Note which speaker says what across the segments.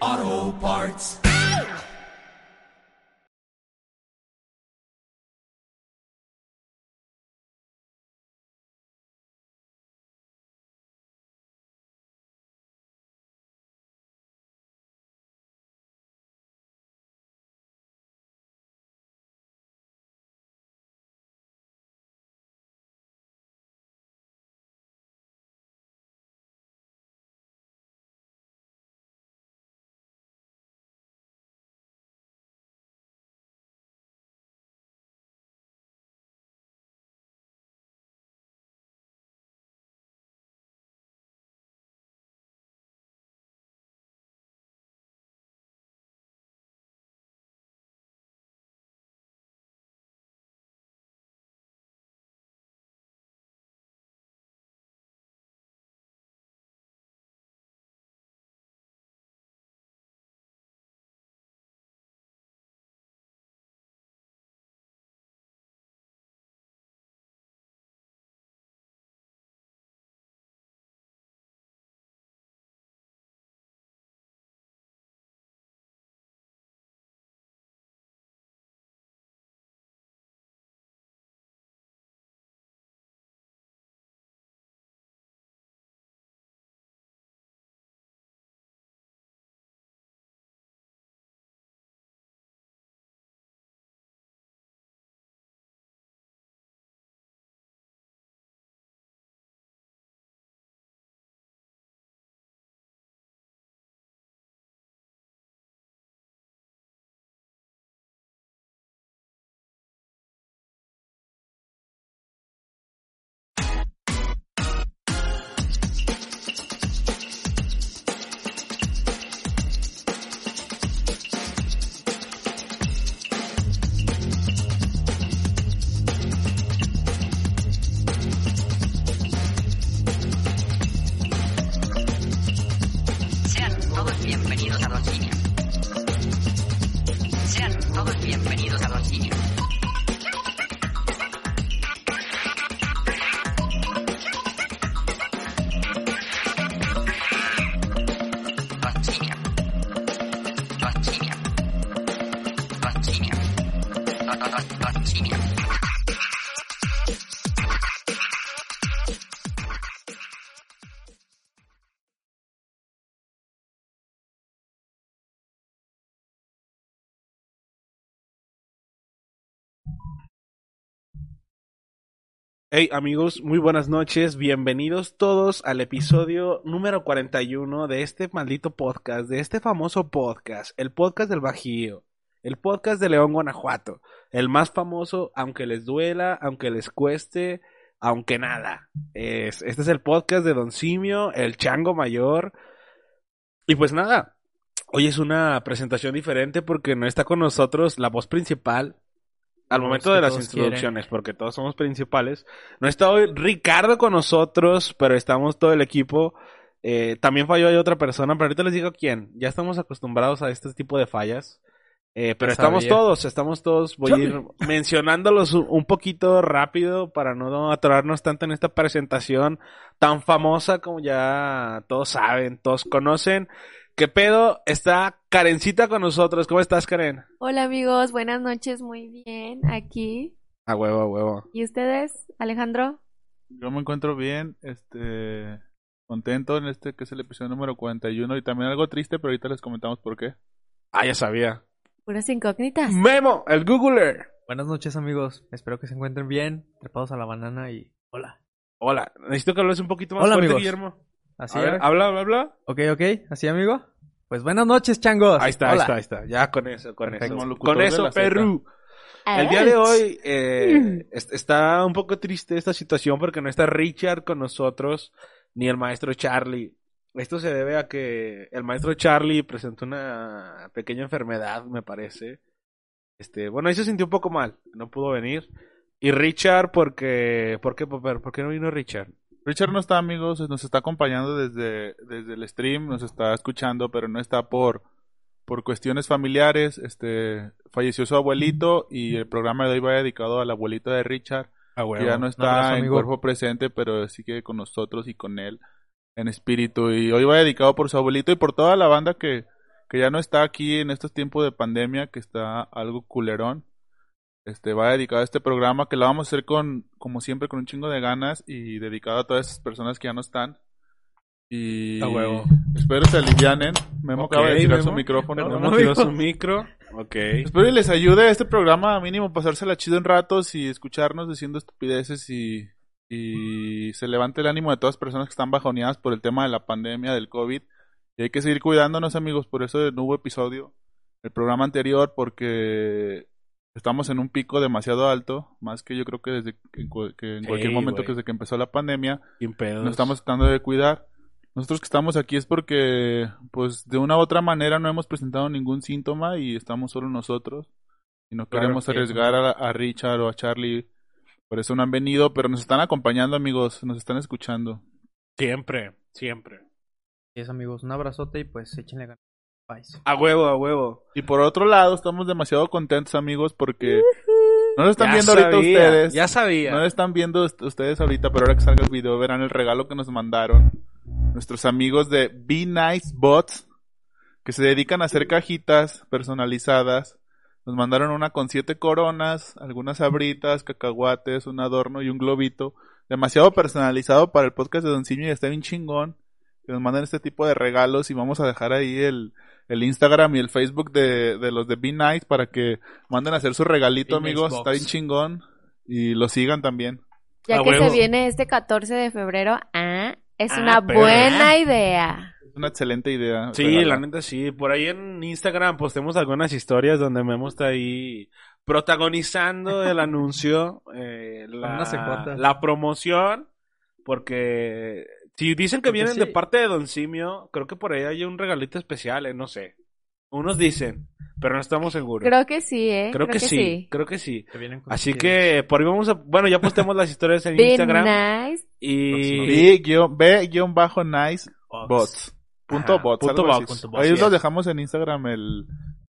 Speaker 1: Auto Parts.
Speaker 2: Sean todos bienvenidos a Don Simio. Sean todos bienvenidos a Don Simio. Don Simio. Don Simio. Don Simio. Don- don- don- don Simio.
Speaker 3: Hey amigos, muy buenas noches, bienvenidos todos al episodio número 41 de este maldito podcast, de este famoso podcast, el podcast del Bajío, el podcast de León Guanajuato, el más famoso, aunque les duela, aunque les cueste, aunque nada. Es- este es el podcast de Don Simio, el Chango Mayor. Y pues nada, hoy es una presentación diferente porque no está con nosotros la voz principal. Al
Speaker 4: La
Speaker 3: momento
Speaker 4: voz
Speaker 3: de
Speaker 4: que
Speaker 3: las
Speaker 4: todos quieren.
Speaker 3: introducciones, porque todos somos principales. No está hoy Ricardo con nosotros, pero estamos todo el equipo. Eh, también falló hay otra persona, pero ahorita les digo quién. Ya estamos acostumbrados a este tipo de fallas. Eh, pero
Speaker 4: Ya
Speaker 3: estamos
Speaker 4: sabía.
Speaker 3: todos, estamos todos. Voy a ir mencionándolos un- un poquito rápido para no atorarnos tanto en esta presentación tan famosa como ya todos saben, todos conocen. ¿Qué pedo? Está Karencita con nosotros. ¿Cómo estás, Karen?
Speaker 5: Hola amigos, buenas noches, muy bien, aquí.
Speaker 3: A huevo, a huevo.
Speaker 5: ¿Y ustedes, Alejandro?
Speaker 6: Yo me encuentro bien, este, contento en este que es el episodio número 41 y también algo triste, pero ahorita les comentamos por qué.
Speaker 3: Ah, ya sabía.
Speaker 5: Puras incógnitas.
Speaker 3: Memo, el Googler.
Speaker 4: Buenas noches amigos, espero que se encuentren bien, trepados a la banana y hola.
Speaker 3: Hola, necesito que hables un poquito más
Speaker 4: Hola,
Speaker 3: fuerte,
Speaker 4: amigos.
Speaker 3: Guillermo.
Speaker 4: Así,
Speaker 3: a ver,
Speaker 4: a ver.
Speaker 3: habla, habla, habla.
Speaker 4: ok, ok, así amigo. Pues buenas noches changos.
Speaker 3: Ahí está, ahí
Speaker 4: Hola.
Speaker 3: está, ahí está. Ya con eso, con
Speaker 4: Perfecto.
Speaker 3: eso.
Speaker 6: Como locutor
Speaker 3: Con
Speaker 6: de
Speaker 3: eso,
Speaker 6: la Z.
Speaker 3: Perú.
Speaker 5: Ah,
Speaker 3: El día de hoy eh, est- está un poco triste esta situación porque no está Richard con nosotros ni el maestro Charlie. Esto se debe a que el maestro Charlie presentó una pequeña enfermedad, me parece. Este, bueno, ahí se sintió un poco mal, no pudo venir. Y Richard, porque, ¿por qué, Popper? ¿Por qué no vino Richard?
Speaker 6: Richard no está, amigos, nos está acompañando desde, desde el stream, nos está escuchando, pero no está por, por cuestiones familiares. Este, falleció su abuelito y el programa de hoy va dedicado al abuelito de Richard,
Speaker 3: Ah,
Speaker 6: que ya no está
Speaker 4: abrazo,
Speaker 6: en
Speaker 4: amigo.
Speaker 6: cuerpo presente, pero sigue con nosotros y con él en espíritu. Y hoy va dedicado por su abuelito y por toda la banda que, que ya no está aquí en estos tiempos de pandemia, que está algo culerón. Este va dedicado a este programa que lo vamos a hacer con, como siempre, con un chingo de ganas y dedicado a todas esas personas que ya no están. Y
Speaker 3: A huevo.
Speaker 6: espero se alivianen. Memo
Speaker 3: Ok,
Speaker 6: acaba de tirar su
Speaker 3: Memo.
Speaker 6: micrófono.
Speaker 3: Bueno,
Speaker 6: Memo
Speaker 3: no
Speaker 6: tiró
Speaker 3: tiró
Speaker 6: su-
Speaker 3: su micro. Ok.
Speaker 6: Espero y les ayude este programa a mínimo pasársela chido en ratos y escucharnos diciendo estupideces y, y se levante el ánimo de todas las personas que están bajoneadas por el tema de la pandemia, del COVID. Y hay que seguir cuidándonos amigos, por eso no hubo episodio, el programa anterior, porque estamos en un pico demasiado alto, más que yo creo que desde que, en cu- que en cualquier
Speaker 3: Sí,
Speaker 6: momento
Speaker 3: güey.
Speaker 6: que desde que empezó la pandemia
Speaker 3: Sin pedos.
Speaker 6: nos estamos tratando de cuidar. Nosotros que estamos aquí es porque, pues, de una u otra manera no hemos presentado ningún síntoma y estamos solo nosotros. Y no
Speaker 3: Claro
Speaker 6: queremos
Speaker 3: que sí.
Speaker 6: arriesgar a, a Richard o a Charlie. Por eso no han venido, pero nos están acompañando, amigos. Nos están escuchando.
Speaker 3: Siempre, siempre.
Speaker 4: Y es, amigos, un abrazote y pues échenle ganas. Pais.
Speaker 3: A huevo, a huevo.
Speaker 6: Y por otro lado, estamos demasiado contentos, amigos, porque no lo están
Speaker 3: Ya
Speaker 6: viendo ahorita
Speaker 3: sabía,
Speaker 6: ustedes.
Speaker 3: Ya sabía.
Speaker 6: No lo están viendo ust- ustedes ahorita, pero ahora que salga el video verán el regalo que nos mandaron nuestros amigos de Be Nice Bots, que se dedican a hacer cajitas personalizadas. Nos mandaron una con siete coronas, algunas abritas, cacahuates, un adorno y un globito. Demasiado personalizado para el podcast de Don Simio y está bien chingón. Que nos mandan este tipo de regalos y vamos a dejar ahí el, el Instagram y el Facebook de, de los de Be Nice para que manden a hacer su regalito,
Speaker 4: Be Nice
Speaker 6: amigos.
Speaker 4: Box.
Speaker 6: Está bien chingón. Y lo sigan también.
Speaker 5: Ya
Speaker 3: A
Speaker 5: que
Speaker 3: huevo.
Speaker 5: se viene este 14 de febrero, ah, es
Speaker 3: Ah,
Speaker 5: una
Speaker 3: pero-
Speaker 5: buena idea.
Speaker 6: Es una excelente idea.
Speaker 3: Sí,
Speaker 6: Regalo.
Speaker 3: la neta sí. Por ahí en Instagram postemos algunas historias donde Memo está ahí protagonizando el anuncio, eh,
Speaker 4: una
Speaker 3: la,
Speaker 4: secota.
Speaker 3: la promoción, porque si dicen que
Speaker 4: Porque
Speaker 3: vienen
Speaker 4: sí.
Speaker 3: de parte de Don Simio, creo que por ahí hay un regalito especial, eh, no sé. Unos dicen, pero no estamos seguros.
Speaker 5: Creo que sí, ¿eh?
Speaker 3: Creo que, sí, creo que sí.
Speaker 4: Que vienen con
Speaker 3: Así
Speaker 4: sus
Speaker 3: que por ahí vamos a... Bueno, ya postemos las historias en
Speaker 5: Be
Speaker 3: Instagram
Speaker 5: nice.
Speaker 3: y...
Speaker 6: B guión- B guión bajo nice
Speaker 4: box.
Speaker 6: bots. Punto
Speaker 3: Ajá,
Speaker 6: bots.
Speaker 3: punto
Speaker 6: algo
Speaker 3: bots,
Speaker 6: así.
Speaker 4: punto bots,
Speaker 6: Ahí
Speaker 4: así
Speaker 6: los
Speaker 4: es.
Speaker 6: dejamos en Instagram el,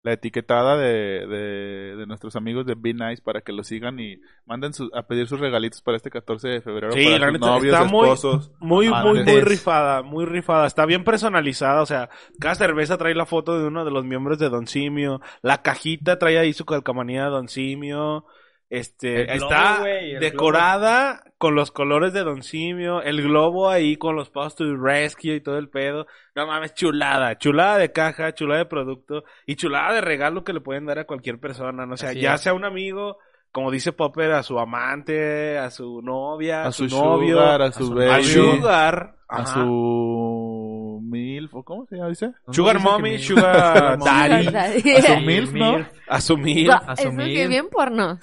Speaker 6: la etiquetada de, de, de nuestros amigos de Be Nice para que lo sigan y manden su- a pedir sus regalitos para este 14 de febrero.
Speaker 3: Sí,
Speaker 6: para
Speaker 3: la
Speaker 6: sus
Speaker 3: neta,
Speaker 6: novios,
Speaker 3: está muy-
Speaker 6: esposos.
Speaker 3: Muy,
Speaker 4: Ah,
Speaker 3: muy, muy
Speaker 6: Amantes.
Speaker 3: rifada, muy rifada. Está bien personalizada, o sea, cada cerveza trae la foto de uno de los miembros de Don Simio. La cajita trae ahí su calcamanía de Don Simio. Este,
Speaker 4: El globo,
Speaker 3: está
Speaker 4: güey, el
Speaker 3: decorada con los colores de Don Simio. El globo ahí con los Paws to Rescue y todo el pedo. No mames, chulada. Chulada de caja, chulada de producto y chulada de regalo que le pueden dar a cualquier persona. ¿no? O sea,
Speaker 4: Así
Speaker 3: ya
Speaker 4: es.
Speaker 3: sea un amigo, como dice Popper, a su amante, a su novia, a,
Speaker 6: A su
Speaker 3: novio
Speaker 6: sugar, a su
Speaker 4: su
Speaker 6: baby,
Speaker 3: a Sugar,
Speaker 6: a su milf, ¿o ¿cómo se llama? Dice?
Speaker 4: No
Speaker 3: Sugar
Speaker 4: dicen que
Speaker 3: Mommy,
Speaker 4: mi-
Speaker 3: Sugar Daddy,
Speaker 6: Su
Speaker 4: Sí,
Speaker 6: milf, ¿no?
Speaker 4: milf.
Speaker 3: asumir.
Speaker 5: Gua- Eso
Speaker 4: asumir.
Speaker 5: sí es bien porno.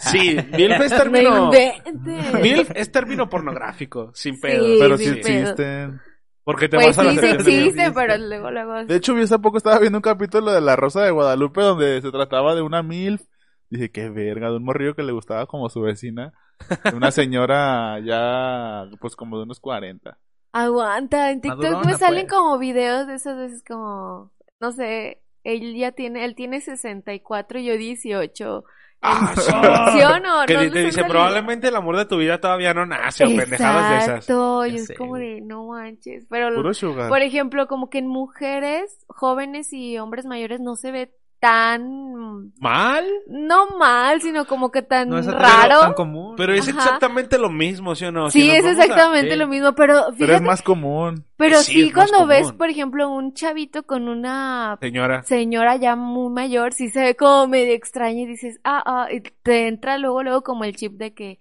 Speaker 3: Sí, MILF es
Speaker 5: No
Speaker 3: término.
Speaker 5: inventes.
Speaker 3: MILF es término pornográfico, sin
Speaker 5: Sí,
Speaker 3: pedo.
Speaker 6: Pero
Speaker 5: sí
Speaker 6: si
Speaker 5: pedo.
Speaker 6: existen.
Speaker 3: Porque te
Speaker 5: Pues
Speaker 3: vas a la
Speaker 5: sí, sí
Speaker 3: sección de
Speaker 5: existe,
Speaker 3: MILF.
Speaker 5: pero luego, luego...
Speaker 6: De hecho, yo hace poco estaba viendo un capítulo de La Rosa de Guadalupe donde se trataba de una MILF. Dije, qué verga, de un morrillo que le gustaba como su vecina. de Una señora ya, pues como de unos 40.
Speaker 5: Aguanta, en TikTok
Speaker 4: Madurona,
Speaker 5: me salen
Speaker 4: pues.
Speaker 5: como videos de esas veces como, no sé, él ya tiene, él tiene 64 y yo 18.
Speaker 3: Ah, sí.
Speaker 5: ¿Sí o no?
Speaker 3: Que te
Speaker 5: ¿No les han
Speaker 3: dice,
Speaker 5: salido?
Speaker 3: probablemente el amor de tu vida todavía no nace, o pendejadas de esas.
Speaker 5: Exacto,
Speaker 4: Ya
Speaker 5: y es
Speaker 4: sé,
Speaker 5: como
Speaker 4: güey.
Speaker 5: de, no manches, pero
Speaker 6: Puro sugar.
Speaker 5: por ejemplo, como que en mujeres, jóvenes y hombres mayores no se ve tan,
Speaker 3: ¿Mal?
Speaker 5: no mal, sino como que tan
Speaker 4: No es algo
Speaker 5: raro.
Speaker 4: tan común.
Speaker 3: Pero es
Speaker 5: Ajá.
Speaker 3: exactamente lo mismo, ¿sí o no?
Speaker 5: Sí,
Speaker 3: Si nos
Speaker 5: es
Speaker 3: vamos a-
Speaker 5: exactamente
Speaker 4: sí.
Speaker 5: lo mismo, pero
Speaker 6: Pero es
Speaker 5: fíjate,
Speaker 6: más común.
Speaker 5: pero
Speaker 3: Sí, es más
Speaker 5: sí cuando ves,
Speaker 3: común.
Speaker 5: por ejemplo, un chavito con una
Speaker 3: Señora.
Speaker 5: señora ya muy mayor, sí se ve como medio extraña y dices, ah, ah, y te entra luego, luego como el chip de que,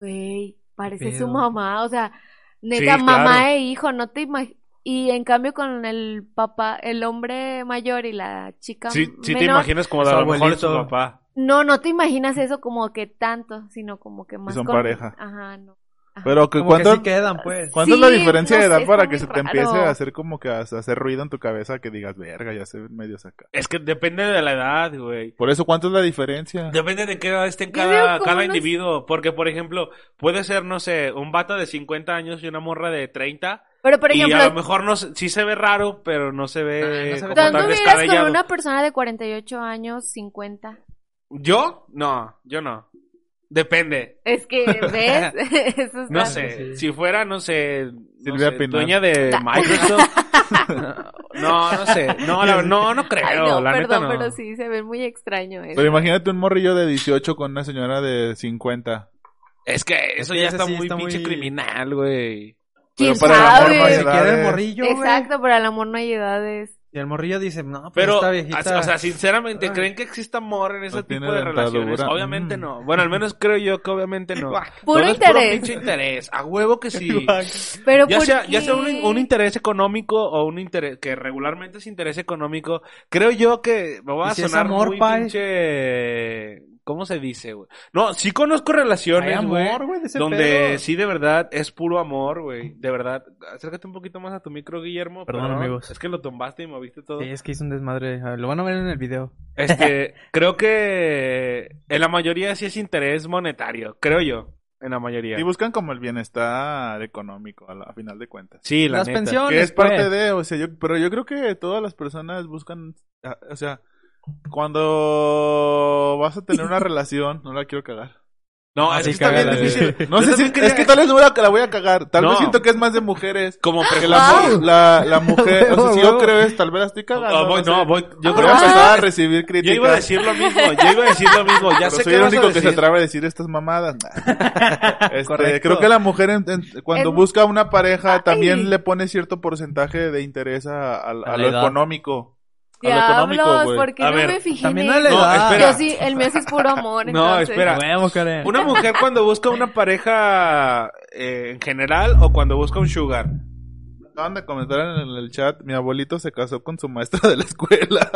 Speaker 5: güey, parece su
Speaker 4: pedo?
Speaker 5: mamá, o sea, neta,
Speaker 3: Sí,
Speaker 5: mamá
Speaker 3: claro.
Speaker 5: e hijo, no te imaginas. Y en cambio con el papá, el hombre mayor y la chica
Speaker 3: Sí, sí te
Speaker 5: menor,
Speaker 3: imaginas como de
Speaker 4: Su
Speaker 3: a lo mejor es su
Speaker 4: abuelito.
Speaker 3: papá.
Speaker 5: no, no te imaginas eso como que tanto, sino como que más
Speaker 6: son
Speaker 5: con-
Speaker 6: pareja.
Speaker 5: Ajá, no.
Speaker 6: Pero que
Speaker 4: Como que
Speaker 6: cuando...
Speaker 4: sí quedan, pues.
Speaker 6: ¿Cuánto es la
Speaker 5: Sí,
Speaker 6: diferencia
Speaker 5: no
Speaker 6: de
Speaker 5: sé,
Speaker 6: edad
Speaker 5: está
Speaker 6: para
Speaker 5: muy
Speaker 6: que se te
Speaker 5: raro.
Speaker 6: empiece a hacer como que a a hacer ruido en tu cabeza que digas, verga, ya se medio saca?
Speaker 3: Es que depende de la edad, güey.
Speaker 6: Por eso, ¿cuánto es la diferencia?
Speaker 3: Depende de qué edad esté
Speaker 5: Yo
Speaker 3: cada,
Speaker 5: digo como
Speaker 3: cada
Speaker 5: unos-
Speaker 3: individuo. Porque, por ejemplo, puede ser, no sé, un vato de 50 años y una morra de 30.
Speaker 5: Pero por
Speaker 3: y a lo
Speaker 5: ejemplo,
Speaker 3: mejor no, se- sí se ve raro, pero no se ve
Speaker 4: Ah, no se ve
Speaker 3: como
Speaker 4: tan-
Speaker 3: tan
Speaker 5: ¿tú anduvieras
Speaker 3: descabellado.
Speaker 5: con una persona de 48 años, 50?
Speaker 3: ¿Yo? No, yo no. Depende.
Speaker 5: Es que, ¿ves? Eso está-
Speaker 3: No
Speaker 4: sí.
Speaker 3: sé, si fuera, no sé, no
Speaker 6: Silvia
Speaker 3: sé,
Speaker 6: Pinal.
Speaker 3: dueña de Microsoft. no, no sé, no, la- no, no creo,
Speaker 5: Ay, no,
Speaker 3: la neta
Speaker 5: perdón,
Speaker 3: no.
Speaker 5: pero sí, se ve muy extraño eso.
Speaker 6: Pero imagínate un morrillo de 18 con una señora de 50.
Speaker 3: Es que eso
Speaker 4: que
Speaker 3: ya
Speaker 4: ese
Speaker 3: está
Speaker 4: sí
Speaker 3: muy
Speaker 4: está
Speaker 3: pinche
Speaker 4: muy-
Speaker 3: criminal, güey.
Speaker 5: ¿Quién
Speaker 6: para el amor no
Speaker 4: Ni
Speaker 6: hay
Speaker 5: sabe?
Speaker 6: edad.
Speaker 4: siquiera el
Speaker 6: edades.
Speaker 4: morrillo, güey.
Speaker 5: Ah, Exacto, para el amor no hay edades.
Speaker 4: Y el morrillo dice, no, pues
Speaker 3: Pero,
Speaker 4: esta viejita.
Speaker 3: o sea, sinceramente,
Speaker 4: Ay.
Speaker 3: ¿creen que exista amor en ese
Speaker 6: No tiene
Speaker 3: tipo de relaciones?
Speaker 6: dentadura.
Speaker 3: Obviamente
Speaker 6: Mm.
Speaker 3: no. Bueno, al menos creo yo que obviamente no.
Speaker 5: Puro
Speaker 3: Todo es Puro
Speaker 5: interés.
Speaker 3: pinche interés. A huevo que sí.
Speaker 5: Pero
Speaker 3: ya
Speaker 5: ¿por
Speaker 3: sea, ya
Speaker 5: qué?
Speaker 3: sea un, un interés económico o un interés que regularmente es interés económico, creo yo que me va
Speaker 4: ¿Y
Speaker 3: a
Speaker 4: si es
Speaker 3: sonar
Speaker 4: amor,
Speaker 3: muy
Speaker 4: pa?
Speaker 3: pinche ¿Cómo se dice, güey? No, sí conozco relaciones,
Speaker 4: Hay
Speaker 3: güey,
Speaker 4: amor, güey, de ese
Speaker 3: donde
Speaker 4: pedo.
Speaker 3: sí de verdad es puro amor, güey, de verdad. Acércate un poquito más a tu micro, Guillermo.
Speaker 4: Perdón, amigos.
Speaker 3: Es que lo tumbaste y moviste todo.
Speaker 4: Sí, es que hizo un desmadre. A ver, lo van a ver en el video.
Speaker 3: Este, creo que en la mayoría sí es interés monetario, creo yo, en la mayoría.
Speaker 6: Y buscan como el bienestar económico, a, la- a final de cuentas.
Speaker 3: Sí, la
Speaker 4: Las
Speaker 3: neta.
Speaker 4: pensiones.
Speaker 6: Que es parte
Speaker 4: pues.
Speaker 6: de, o sea, yo, pero yo creo que todas las personas buscan, a- o sea, cuando vas a tener una relación, no la quiero cagar. Eh,
Speaker 3: No,
Speaker 4: Ah,
Speaker 3: es
Speaker 4: sí,
Speaker 3: que está bien
Speaker 4: cágala, güey.
Speaker 3: difícil.
Speaker 6: No
Speaker 3: Yo
Speaker 6: sé si,
Speaker 3: también
Speaker 6: es
Speaker 3: quería-
Speaker 6: que tal vez no la, la voy a cagar, tal
Speaker 3: No. Ah.
Speaker 6: vez siento que es más de mujeres.
Speaker 3: Como
Speaker 6: Que
Speaker 3: prejuicio.
Speaker 6: la, mu- la, la mujer, o sea, si yo
Speaker 4: Wow.
Speaker 6: creo es, tal vez la estoy cagando.
Speaker 3: Ah, voy-
Speaker 6: sé.
Speaker 3: no, voy- yo
Speaker 6: Voy
Speaker 3: creo
Speaker 6: a
Speaker 3: que-
Speaker 6: empezar a recibir
Speaker 3: Yo
Speaker 6: críticas.
Speaker 3: iba a decir lo mismo, yo iba a decir lo mismo, ya
Speaker 6: Pero
Speaker 3: sé
Speaker 6: soy
Speaker 3: que
Speaker 6: el
Speaker 3: vas a
Speaker 6: único que se
Speaker 3: decir.
Speaker 6: atreve a decir estas mamadas. Este,
Speaker 4: Correcto.
Speaker 6: creo que la mujer en- en- cuando
Speaker 5: En-
Speaker 6: busca una pareja también
Speaker 5: Ay.
Speaker 6: le pone cierto porcentaje de interés a, a- a
Speaker 4: A la
Speaker 6: lo
Speaker 4: edad.
Speaker 6: económico. A lo
Speaker 5: Diablos,
Speaker 6: económico, güey.
Speaker 5: ¿por qué
Speaker 3: A
Speaker 5: no
Speaker 3: ver,
Speaker 5: me fijé
Speaker 4: También
Speaker 5: en
Speaker 4: a la
Speaker 5: eso?
Speaker 3: No,
Speaker 4: edad.
Speaker 3: espera.
Speaker 5: Yo sí, el mío sí es puro amor,
Speaker 3: No,
Speaker 5: entonces.
Speaker 3: espera.
Speaker 4: Huevo, Karen.
Speaker 3: Una mujer cuando busca una pareja eh, en general o cuando busca un sugar.
Speaker 6: Acaban de comentar en el, el chat, mi abuelito se casó con su maestra de la escuela.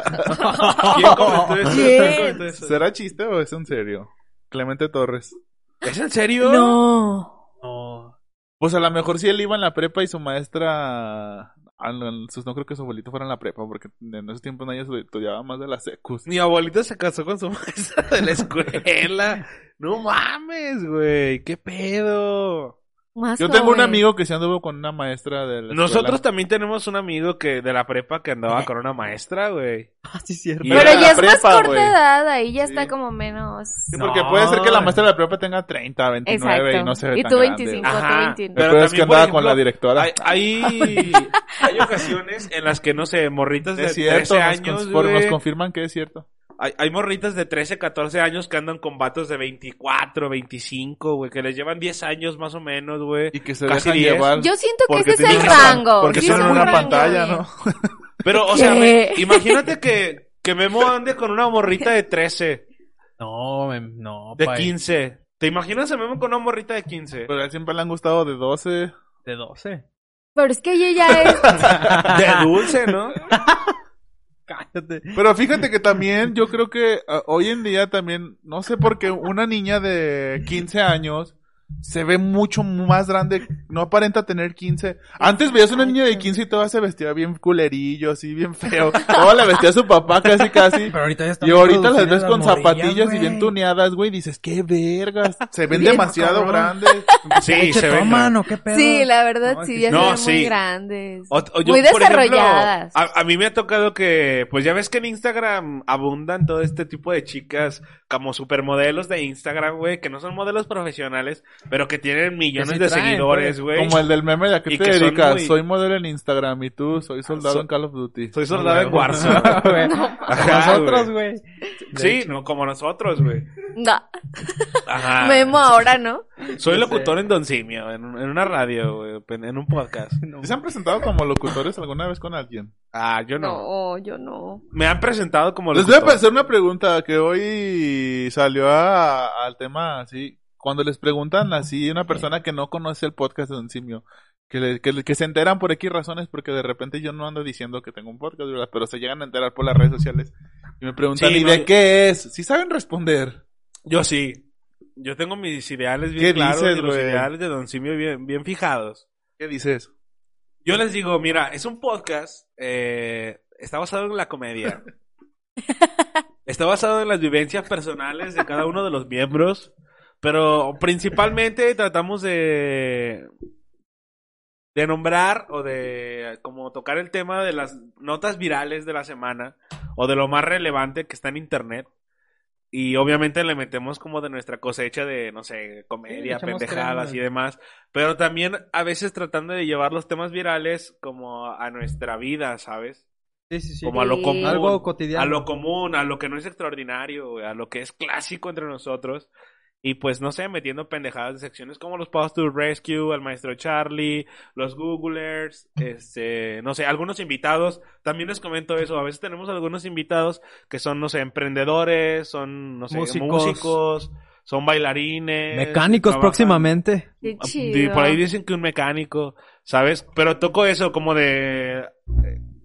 Speaker 3: ¿Quién comentó eso?
Speaker 5: ¿Quién?
Speaker 3: ¿Quién comentó eso?
Speaker 6: ¿Será chiste o es en serio? Clemente Torres.
Speaker 3: ¿Es en serio?
Speaker 5: No.
Speaker 3: No.
Speaker 6: Pues a lo mejor si él iba en la prepa y su maestra... ah, no, sus- no creo que su abuelito fuera en la prepa, porque en esos tiempos nadie estudiaba más de las secus.
Speaker 3: Mi abuelito se casó con su maestra de la escuela. No mames, güey. ¿Qué pedo?
Speaker 5: Más
Speaker 6: Yo tengo un
Speaker 5: joven.
Speaker 6: amigo que se anduvo con una maestra de la escuela.
Speaker 3: Nosotros también tenemos un amigo que de la prepa que andaba con una maestra, güey.
Speaker 4: Ah, sí, cierto.
Speaker 3: Y-
Speaker 5: Pero
Speaker 3: Era
Speaker 5: ya
Speaker 6: la
Speaker 5: es más
Speaker 6: prepa,
Speaker 5: corta
Speaker 6: güey.
Speaker 5: edad, ahí ya
Speaker 6: Sí.
Speaker 5: está como menos.
Speaker 6: Sí, porque
Speaker 4: No.
Speaker 6: puede ser que la maestra de la prepa tenga 30, 29
Speaker 5: Exacto.
Speaker 6: y no se ve tan
Speaker 5: tú
Speaker 6: grande.
Speaker 5: 25,
Speaker 3: Ajá.
Speaker 5: tú 29.
Speaker 3: Pero
Speaker 6: Pero es que
Speaker 3: también, por
Speaker 6: andaba con
Speaker 3: ejemplo,
Speaker 6: la directora.
Speaker 3: Hay, hay, hay ocasiones en las que, no sé, morritas de
Speaker 6: es cierto,
Speaker 3: 13
Speaker 6: nos,
Speaker 3: años,
Speaker 6: cons- por- nos
Speaker 3: güey.
Speaker 6: confirman que es cierto.
Speaker 3: hay, hay morritas de 13, 14 años que andan con vatos de 24, 25, güey, que les llevan 10 años más o menos, güey.
Speaker 6: Y que se
Speaker 3: Casi
Speaker 6: dejan
Speaker 3: 10.
Speaker 6: llevar.
Speaker 5: Yo siento que
Speaker 6: porque
Speaker 5: ese es
Speaker 6: tienen
Speaker 5: el
Speaker 6: una pan-
Speaker 5: rango.
Speaker 6: Porque
Speaker 5: sí,
Speaker 6: tienen
Speaker 5: es un
Speaker 6: una
Speaker 5: rango,
Speaker 6: pantalla,
Speaker 5: güey.
Speaker 6: ¿no?
Speaker 3: Pero, o sea,
Speaker 5: ¿Qué?
Speaker 3: güey, imagínate que, que Memo ande con una morrita de 13,
Speaker 4: No, mem, no,
Speaker 3: de
Speaker 4: pa,
Speaker 3: 15. ¿Te imaginas a Memo con una morrita de 15?
Speaker 6: Pero a él siempre le han gustado de 12.
Speaker 4: De 12.
Speaker 5: Pero es que ella ya es.
Speaker 3: De dulce, ¿no?
Speaker 4: Cállate.
Speaker 6: Pero fíjate que también yo creo que ah, hoy en día también, no sé por qué una niña de 15 años se ve mucho más grande, no aparenta tener 15. Antes veías una niña de 15 y toda se vestía bien culerillo, así bien feo. Toda la vestía su papá casi casi.
Speaker 4: Pero ahorita ya está
Speaker 6: Y
Speaker 4: muy
Speaker 6: ahorita las
Speaker 4: producida
Speaker 6: ves
Speaker 4: la
Speaker 6: con
Speaker 4: morrilla,
Speaker 6: zapatillas y
Speaker 4: güey.
Speaker 6: bien tuneadas, güey. Dices, qué vergas. Se ven
Speaker 4: Bien,
Speaker 6: demasiado
Speaker 4: cabrón.
Speaker 6: grandes.
Speaker 3: Sí,
Speaker 4: Che,
Speaker 3: se ve.
Speaker 4: toman, ¿o qué pedo?
Speaker 5: Sí, la verdad, sí, ya
Speaker 3: no,
Speaker 5: son
Speaker 3: sí.
Speaker 5: muy grandes.
Speaker 3: O- o yo,
Speaker 5: Muy
Speaker 3: por ejemplo,
Speaker 5: desarrolladas.
Speaker 3: a, a mí me ha tocado que, pues ya ves que en Instagram abundan todo este tipo de chicas como supermodelos de Instagram, güey, que no son modelos profesionales, pero que tienen millones
Speaker 4: sí
Speaker 3: de
Speaker 4: traen,
Speaker 3: seguidores, güey.
Speaker 6: Como el del meme de a qué
Speaker 3: Y
Speaker 6: te
Speaker 3: que son
Speaker 6: dedicas.
Speaker 3: muy-
Speaker 6: Soy modelo en Instagram y tú soy soldado
Speaker 3: So-
Speaker 6: en Call of Duty.
Speaker 3: Soy soldado en Warzone.
Speaker 4: Güey.
Speaker 3: Ajá,
Speaker 4: Nosotros,
Speaker 3: güey.
Speaker 4: güey.
Speaker 3: Sí, no, como nosotros, güey.
Speaker 5: No,
Speaker 3: Ajá.
Speaker 5: Memo ahora, ¿no?
Speaker 3: Soy locutor en Don Simio, en, un- en una radio, güey, en un podcast.
Speaker 6: ¿Sí ¿Se han presentado como locutores alguna vez con alguien?
Speaker 3: Ah, yo no.
Speaker 5: No, yo no.
Speaker 3: Me han presentado como
Speaker 6: Les voy a
Speaker 3: locutor.
Speaker 6: hacer una pregunta que hoy salió a- al tema así. Cuando les preguntan así, una persona que no conoce el podcast de Don Simio, que, le- que, le- que se enteran por X razones, porque de repente yo no ando diciendo que tengo un podcast, ¿verdad? pero se llegan a enterar por las redes sociales y me preguntan,
Speaker 3: Sí,
Speaker 6: ¿y
Speaker 3: no,
Speaker 6: de
Speaker 3: yo-
Speaker 6: qué es? Si saben responder.
Speaker 3: Yo sí. Yo tengo mis ideales
Speaker 6: ¿Qué
Speaker 3: bien claros
Speaker 6: dices,
Speaker 3: y los
Speaker 6: güey?
Speaker 3: ideales de Don Simio bien, bien fijados.
Speaker 6: ¿Qué dices?
Speaker 3: Yo les digo, mira, es un podcast, eh, está basado en la comedia. está basado en las vivencias personales de cada uno de los miembros, pero principalmente tratamos de de nombrar o de como tocar el tema de las notas virales de la semana o de lo más relevante que está en internet. Y obviamente le metemos como de nuestra cosecha de, no sé,
Speaker 4: Sí, le
Speaker 3: comedia,
Speaker 4: echamos
Speaker 3: pendejadas
Speaker 4: crema.
Speaker 3: y demás. Pero también a veces tratando de llevar los temas virales como a nuestra vida, ¿sabes?
Speaker 4: Sí, sí, sí.
Speaker 3: Como a lo
Speaker 5: Sí.
Speaker 3: común.
Speaker 4: Algo cotidiano.
Speaker 3: A lo común, a lo que no es extraordinario, güey, a lo que es clásico entre nosotros. Y pues, no sé, metiendo pendejadas de secciones como los Paws to Rescue, el Maestro Charlie, los Googlers, este, no sé, algunos invitados. También les comento eso, a veces tenemos algunos invitados que son, no sé, emprendedores, son, no sé,
Speaker 4: Músicos.
Speaker 3: músicos, son bailarines.
Speaker 4: Mecánicos
Speaker 3: trabajan-
Speaker 4: próximamente.
Speaker 5: Qué
Speaker 3: Ah,
Speaker 5: chido.
Speaker 3: di- Por ahí dicen que un mecánico, ¿sabes? Pero toco eso, como de... eh,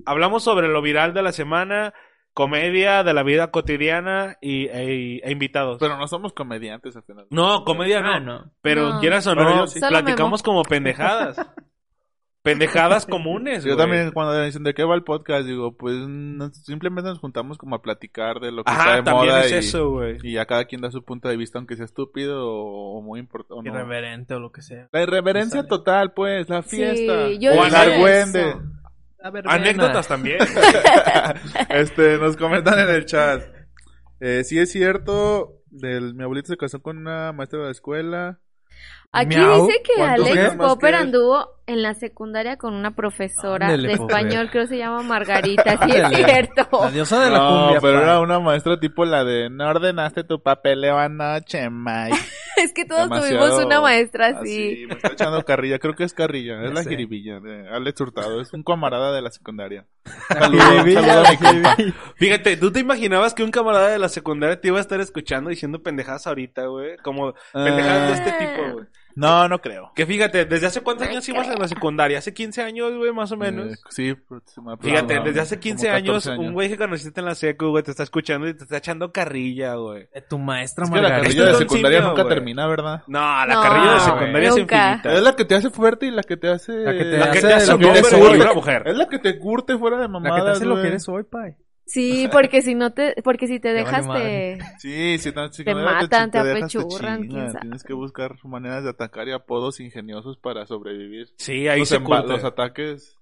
Speaker 3: Hablamos sobre lo viral de la semana, comedia de la vida cotidiana y, e, e invitados.
Speaker 6: Pero no somos comediantes al final.
Speaker 3: no, comedia no.
Speaker 4: Ah, no.
Speaker 3: Pero
Speaker 5: No.
Speaker 3: quieras o
Speaker 6: Pero
Speaker 3: no,
Speaker 6: yo sí.
Speaker 5: Solo
Speaker 3: platicamos como pendejadas. pendejadas comunes.
Speaker 6: Yo
Speaker 3: güey.
Speaker 6: también cuando dicen de qué va el podcast, digo, pues no- simplemente nos juntamos como a platicar de lo que está
Speaker 3: Ajá,
Speaker 6: de
Speaker 3: también
Speaker 6: moda
Speaker 3: es
Speaker 6: y,
Speaker 3: eso, güey.
Speaker 6: y a cada quien da su punto de vista, aunque sea estúpido o, o muy importante.
Speaker 4: Irreverente o lo que sea.
Speaker 6: La irreverencia
Speaker 4: Sale.
Speaker 6: total, pues, la fiesta.
Speaker 5: Sí, yo
Speaker 6: o
Speaker 3: diría
Speaker 6: el
Speaker 3: eso.
Speaker 6: argüende.
Speaker 3: Anécdotas también.
Speaker 6: este, nos comentan en el chat. Eh, sí es cierto, del, mi abuelito se casó con una maestra de la escuela.
Speaker 5: Aquí
Speaker 4: Miau.
Speaker 5: dice que
Speaker 6: ¿Cuántos
Speaker 5: Alex
Speaker 6: qué?
Speaker 5: Popper
Speaker 6: Más que-
Speaker 5: anduvo en la secundaria con una profesora
Speaker 4: Ándele,
Speaker 5: de
Speaker 4: Popper.
Speaker 5: español, creo que se llama Margarita, sí es
Speaker 4: Ándele. La
Speaker 5: cierto.
Speaker 4: diosa de la
Speaker 6: no,
Speaker 4: cumbia.
Speaker 6: pero
Speaker 4: pa.
Speaker 6: era una maestra tipo la de, no ordenaste tu papeleo anoche, Mike.
Speaker 5: Es que todos
Speaker 6: Demasiado
Speaker 5: tuvimos una maestra así.
Speaker 4: Ah,
Speaker 6: Así, Ah, me está echando carrilla. Creo que es carrilla. Es
Speaker 4: Ya
Speaker 6: la
Speaker 4: sé.
Speaker 6: jiribilla de Alex Hurtado. Es un camarada de la secundaria.
Speaker 4: Saludos, saludos a mi compa.
Speaker 6: Eh,
Speaker 3: Fíjate, ¿tú te imaginabas que un camarada de la secundaria te iba a estar escuchando diciendo pendejadas ahorita, güey? Como pendejadas de este
Speaker 5: Ah.
Speaker 3: tipo, güey.
Speaker 6: No, no creo.
Speaker 3: Que fíjate, ¿desde hace cuántos
Speaker 5: Ay,
Speaker 3: años ibas en la secundaria? Hace 15 años, güey, más o menos.
Speaker 6: Eh, sí, aproxima-
Speaker 3: fíjate,
Speaker 6: aproxima-
Speaker 3: desde hace 15
Speaker 6: como
Speaker 3: años,
Speaker 6: 14
Speaker 3: un güey que conociste en la secu, güey, te está escuchando y te está echando carrilla, güey.
Speaker 4: Eh, Tu maestra
Speaker 6: Es que la
Speaker 4: Margarita.
Speaker 6: carrilla de
Speaker 3: Don
Speaker 6: secundaria
Speaker 3: Simio,
Speaker 6: nunca
Speaker 3: güey.
Speaker 6: termina, ¿verdad?
Speaker 3: No, la
Speaker 5: No,
Speaker 3: carrilla de secundaria
Speaker 5: nunca.
Speaker 3: es infinita.
Speaker 6: Es la que te hace fuerte y la que te hace.
Speaker 4: La que te
Speaker 3: La que
Speaker 4: hace
Speaker 3: te hace
Speaker 4: lo
Speaker 3: un
Speaker 4: que
Speaker 3: hombre
Speaker 4: eres
Speaker 3: güey,
Speaker 4: hoy.
Speaker 3: y una mujer.
Speaker 6: Es la que te curte fuera de
Speaker 4: La que te
Speaker 6: mamadas.
Speaker 4: hace lo que
Speaker 6: güey.
Speaker 4: eres hoy, pai.
Speaker 5: Sí, porque si no te, porque si te
Speaker 4: valió
Speaker 5: dejas
Speaker 4: madre.
Speaker 5: te,
Speaker 6: Sí, sí, tan- si
Speaker 5: Te
Speaker 6: no, dejas,
Speaker 5: matan, te
Speaker 6: dejas,
Speaker 5: apechurran,
Speaker 6: chingan.
Speaker 5: quién sabe.
Speaker 6: Tienes que buscar maneras de atacar y apodos ingeniosos para sobrevivir.
Speaker 3: Sí, ahí
Speaker 6: los,
Speaker 3: se
Speaker 6: emba-
Speaker 3: curte.
Speaker 6: los ataques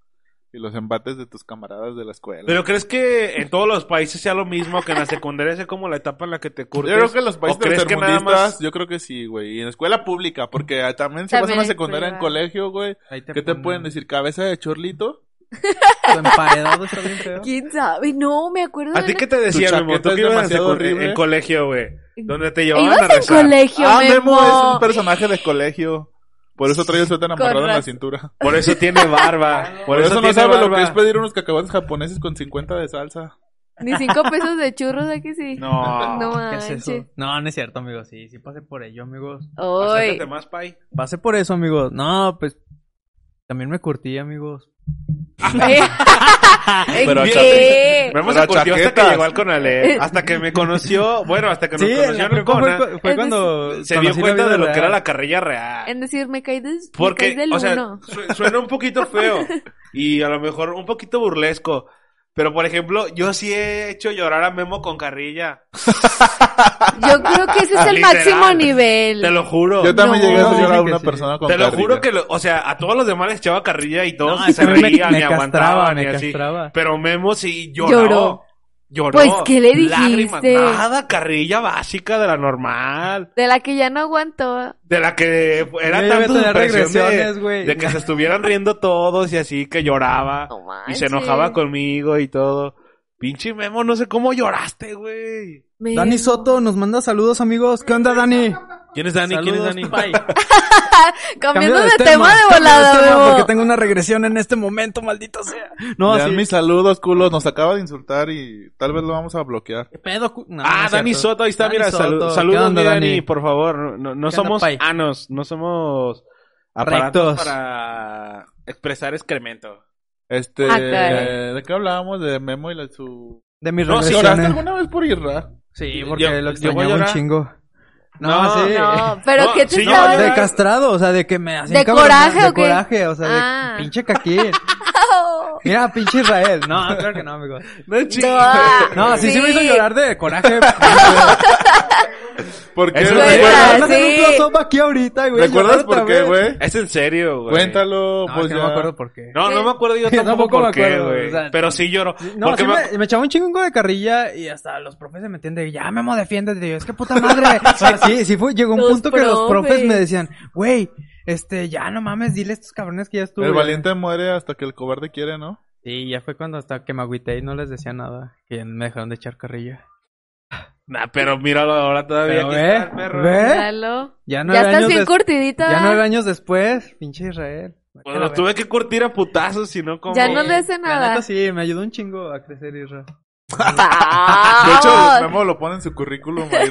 Speaker 6: y los embates de tus camaradas de la escuela.
Speaker 3: Pero crees que en todos los países sea lo mismo, que en la secundaria sea como la etapa en la que te curtes.
Speaker 6: Yo creo que los países
Speaker 3: ¿O crees que nada
Speaker 6: tercermundistas,
Speaker 3: más-
Speaker 6: yo creo que sí, güey. Y en escuela pública, porque ah, también si
Speaker 5: También
Speaker 6: vas a una
Speaker 5: en
Speaker 6: secundaria en
Speaker 5: privada.
Speaker 6: colegio, güey,
Speaker 4: Ahí
Speaker 6: ¿qué te
Speaker 4: ponen
Speaker 6: pueden decir? ¿Cabeza de chorlito?
Speaker 4: Tu emparedado está bien feo.
Speaker 5: quién sabe, no, me acuerdo
Speaker 3: ¿A
Speaker 5: de
Speaker 3: ti
Speaker 5: una-
Speaker 3: qué te decía,
Speaker 6: chaqueta
Speaker 3: Memo? ¿Tú
Speaker 6: es
Speaker 3: que ibas en
Speaker 6: demasiado
Speaker 3: secu-
Speaker 6: horrible.
Speaker 3: en colegio, güey? Donde te llevaban a
Speaker 5: Ibas en
Speaker 3: rezar.
Speaker 5: colegio,
Speaker 6: ah,
Speaker 5: Memo.
Speaker 6: Memo es un personaje de colegio. Por eso trae el suéter amarrado en la
Speaker 5: razón.
Speaker 6: cintura.
Speaker 3: Por eso tiene barba.
Speaker 6: Por, eso, no
Speaker 3: tiene
Speaker 6: sabe lo
Speaker 3: barba.
Speaker 6: que es pues. pedir unos cacahuates japoneses con 50 de salsa.
Speaker 5: Ni cinco pesos de churros, ¿a que sí?
Speaker 3: No.
Speaker 5: No
Speaker 4: ¿Qué
Speaker 5: manches.
Speaker 4: es eso? No, no es cierto, amigos. Sí, sí pasé por ello, amigos.
Speaker 5: Ay,
Speaker 3: Acércate más, Pai.
Speaker 4: Pasé por eso, amigos. No, pues... También me curtí, amigos.
Speaker 6: Pero
Speaker 5: ¿qué?
Speaker 4: eh,
Speaker 6: achate.
Speaker 3: Memo
Speaker 6: Pero
Speaker 3: se curtió hasta que
Speaker 6: chaquetas.
Speaker 3: llegó al Conalep. Hasta que me conoció. Bueno, hasta que nos
Speaker 4: Sí,
Speaker 3: conoció en
Speaker 4: la
Speaker 3: el
Speaker 4: prepa
Speaker 3: Cona.
Speaker 4: fue, cu- fue
Speaker 5: Es
Speaker 4: cuando...
Speaker 3: Se dio
Speaker 4: conocí la
Speaker 3: cuenta
Speaker 4: vida
Speaker 3: de lo que
Speaker 4: real.
Speaker 3: era la carrilla real.
Speaker 5: En decir, me caí des- me caí
Speaker 3: Porque,
Speaker 5: del
Speaker 3: o sea,
Speaker 5: uno.
Speaker 3: su- suena un poquito feo. y a lo mejor un poquito burlesco. Pero, por ejemplo, yo sí he hecho llorar a Memo con carrilla.
Speaker 5: Yo creo que ese es el
Speaker 3: Literal.
Speaker 5: máximo nivel.
Speaker 3: Te lo juro.
Speaker 6: Yo también
Speaker 5: No.
Speaker 6: llegué a llorar a
Speaker 4: Dicen que
Speaker 6: una
Speaker 4: sí.
Speaker 6: persona con
Speaker 3: Te lo
Speaker 6: carrilla.
Speaker 3: juro que, lo- o sea, a todos los demás les echaba carrilla y todos
Speaker 4: No, es
Speaker 3: se
Speaker 4: que a mí me,
Speaker 3: reían
Speaker 4: me
Speaker 3: y
Speaker 4: castraba,
Speaker 3: aguantaban
Speaker 4: me
Speaker 3: y así.
Speaker 4: castraba.
Speaker 3: Pero Memo sí lloró.
Speaker 5: Lloró.
Speaker 3: Lloró.
Speaker 5: Pues, ¿qué le
Speaker 3: Lágrimas,
Speaker 5: dijiste?
Speaker 3: nada, carrilla básica de la normal.
Speaker 5: De la que ya no aguantó.
Speaker 3: De la que era
Speaker 4: Yo
Speaker 3: tanto
Speaker 4: voy a
Speaker 3: su presión
Speaker 4: tener regresiones,
Speaker 3: de,
Speaker 4: güey.
Speaker 3: de que se estuvieran riendo todos y así que lloraba.
Speaker 5: No
Speaker 3: y
Speaker 5: manches.
Speaker 3: se enojaba conmigo y todo. Pinche Memo, no sé cómo lloraste, güey.
Speaker 5: Me-
Speaker 4: Dani Soto nos manda saludos, amigos. ¿Qué onda, Dani?
Speaker 3: ¿Quién es Dani? ¿Quién es
Speaker 4: Saludos,
Speaker 3: Dani?
Speaker 4: pai.
Speaker 5: Cambiando
Speaker 4: Cambio
Speaker 5: de tema de
Speaker 4: cambio
Speaker 5: volada,
Speaker 4: tema,
Speaker 5: Memo.
Speaker 4: Porque tengo una regresión en este momento, maldito sea. No,
Speaker 6: Lean
Speaker 4: sí.
Speaker 6: mis saludos, culos. Nos acaba de insultar y tal vez lo vamos a bloquear.
Speaker 4: ¿Qué pedo? cu- No, no
Speaker 3: ah,
Speaker 4: es
Speaker 3: Dani
Speaker 4: cierto.
Speaker 3: Soto, ahí está,
Speaker 4: Dani
Speaker 3: mira,
Speaker 4: Soto,
Speaker 3: salu-
Speaker 4: ¿qué
Speaker 3: saludos,
Speaker 4: onda,
Speaker 3: mi Dani,
Speaker 4: Dani?
Speaker 3: por favor. No, no, no
Speaker 4: ¿Qué onda,
Speaker 3: somos
Speaker 4: pai?
Speaker 3: anos, no somos aparatos
Speaker 4: Rectos.
Speaker 3: para expresar excremento.
Speaker 6: Este,
Speaker 5: Ah, caray.
Speaker 6: ¿de qué hablábamos? De Memo y la, su...
Speaker 4: De mis
Speaker 3: No, sí,
Speaker 6: ¿Lloraste
Speaker 4: regresiones. Pues,
Speaker 6: alguna vez por Irra?
Speaker 4: Sí,
Speaker 3: Yo-
Speaker 4: porque lo
Speaker 3: yo voy a
Speaker 4: extrañaba un
Speaker 3: llorar.
Speaker 4: chingo. No,
Speaker 3: No,
Speaker 4: sí.
Speaker 5: No, pero
Speaker 3: No,
Speaker 5: ¿qué te
Speaker 3: sí, yo
Speaker 5: estabas-
Speaker 3: no,
Speaker 4: de castrado, o sea, de que me hacen
Speaker 5: ¿De
Speaker 4: cabronar,
Speaker 5: coraje o qué?
Speaker 4: De coraje, o sea,
Speaker 5: Ah.
Speaker 4: de pinche caquín. Mira, pinche Israel. No, claro que no, amigo.
Speaker 3: No, chi-
Speaker 5: No, ah.
Speaker 4: No, sí, sí me hizo llorar de coraje.
Speaker 6: Porque
Speaker 3: Eso
Speaker 5: Cuenta,
Speaker 4: Recuerdas
Speaker 5: sí.
Speaker 4: hacer un close-up aquí ahorita, güey.
Speaker 6: ¿Recuerdas
Speaker 4: llorar
Speaker 6: por qué,
Speaker 4: otra vez.
Speaker 6: güey?
Speaker 3: Es en serio, güey.
Speaker 6: Cuéntalo,
Speaker 4: No,
Speaker 6: pues
Speaker 4: es que
Speaker 6: ya.
Speaker 4: no me acuerdo por qué.
Speaker 3: No, no me acuerdo yo
Speaker 4: Yo
Speaker 3: tampoco
Speaker 4: tampoco
Speaker 3: por
Speaker 4: me
Speaker 3: qué,
Speaker 4: acuerdo,
Speaker 3: güey.
Speaker 4: o sea,
Speaker 3: pero sí lloro.
Speaker 4: No,
Speaker 3: porque
Speaker 4: sí
Speaker 3: me-
Speaker 4: me, me echaba un chingo de carrilla y hasta los profes se metían de, ya, Memo, defiéndete. Y yo, es que puta madre. O sea, sí, sí fue, llegó un
Speaker 5: Los
Speaker 4: punto que los profes
Speaker 5: profes.
Speaker 4: me decían, güey, este, ya, no mames, dile a estos cabrones que ya estuve.
Speaker 6: El valiente muere hasta que el cobarde quiere, ¿no?
Speaker 4: Sí, ya fue cuando hasta que me agüité y no les decía nada. Que me dejaron de echar carrilla.
Speaker 3: Nah, pero míralo ahora todavía.
Speaker 4: Pero
Speaker 3: aquí
Speaker 4: ve,
Speaker 3: está el perro.
Speaker 4: ve.
Speaker 5: Míralo.
Speaker 4: Ya
Speaker 5: Ya
Speaker 4: ¿Eh? nueve
Speaker 5: estás
Speaker 4: años
Speaker 5: bien
Speaker 4: des-
Speaker 5: curtidita.
Speaker 4: Ya nueve años después, pinche Israel.
Speaker 6: Pues
Speaker 3: Bueno, lo tuve que curtir a putazos, si no, como.
Speaker 5: Ya no le hace
Speaker 4: La
Speaker 5: nada.
Speaker 4: neta sí, me ayudó un chingo a crecer Israel.
Speaker 6: De hecho,
Speaker 5: Ah, ¡Vamos!
Speaker 6: Memo lo pone en su currículum. ahí,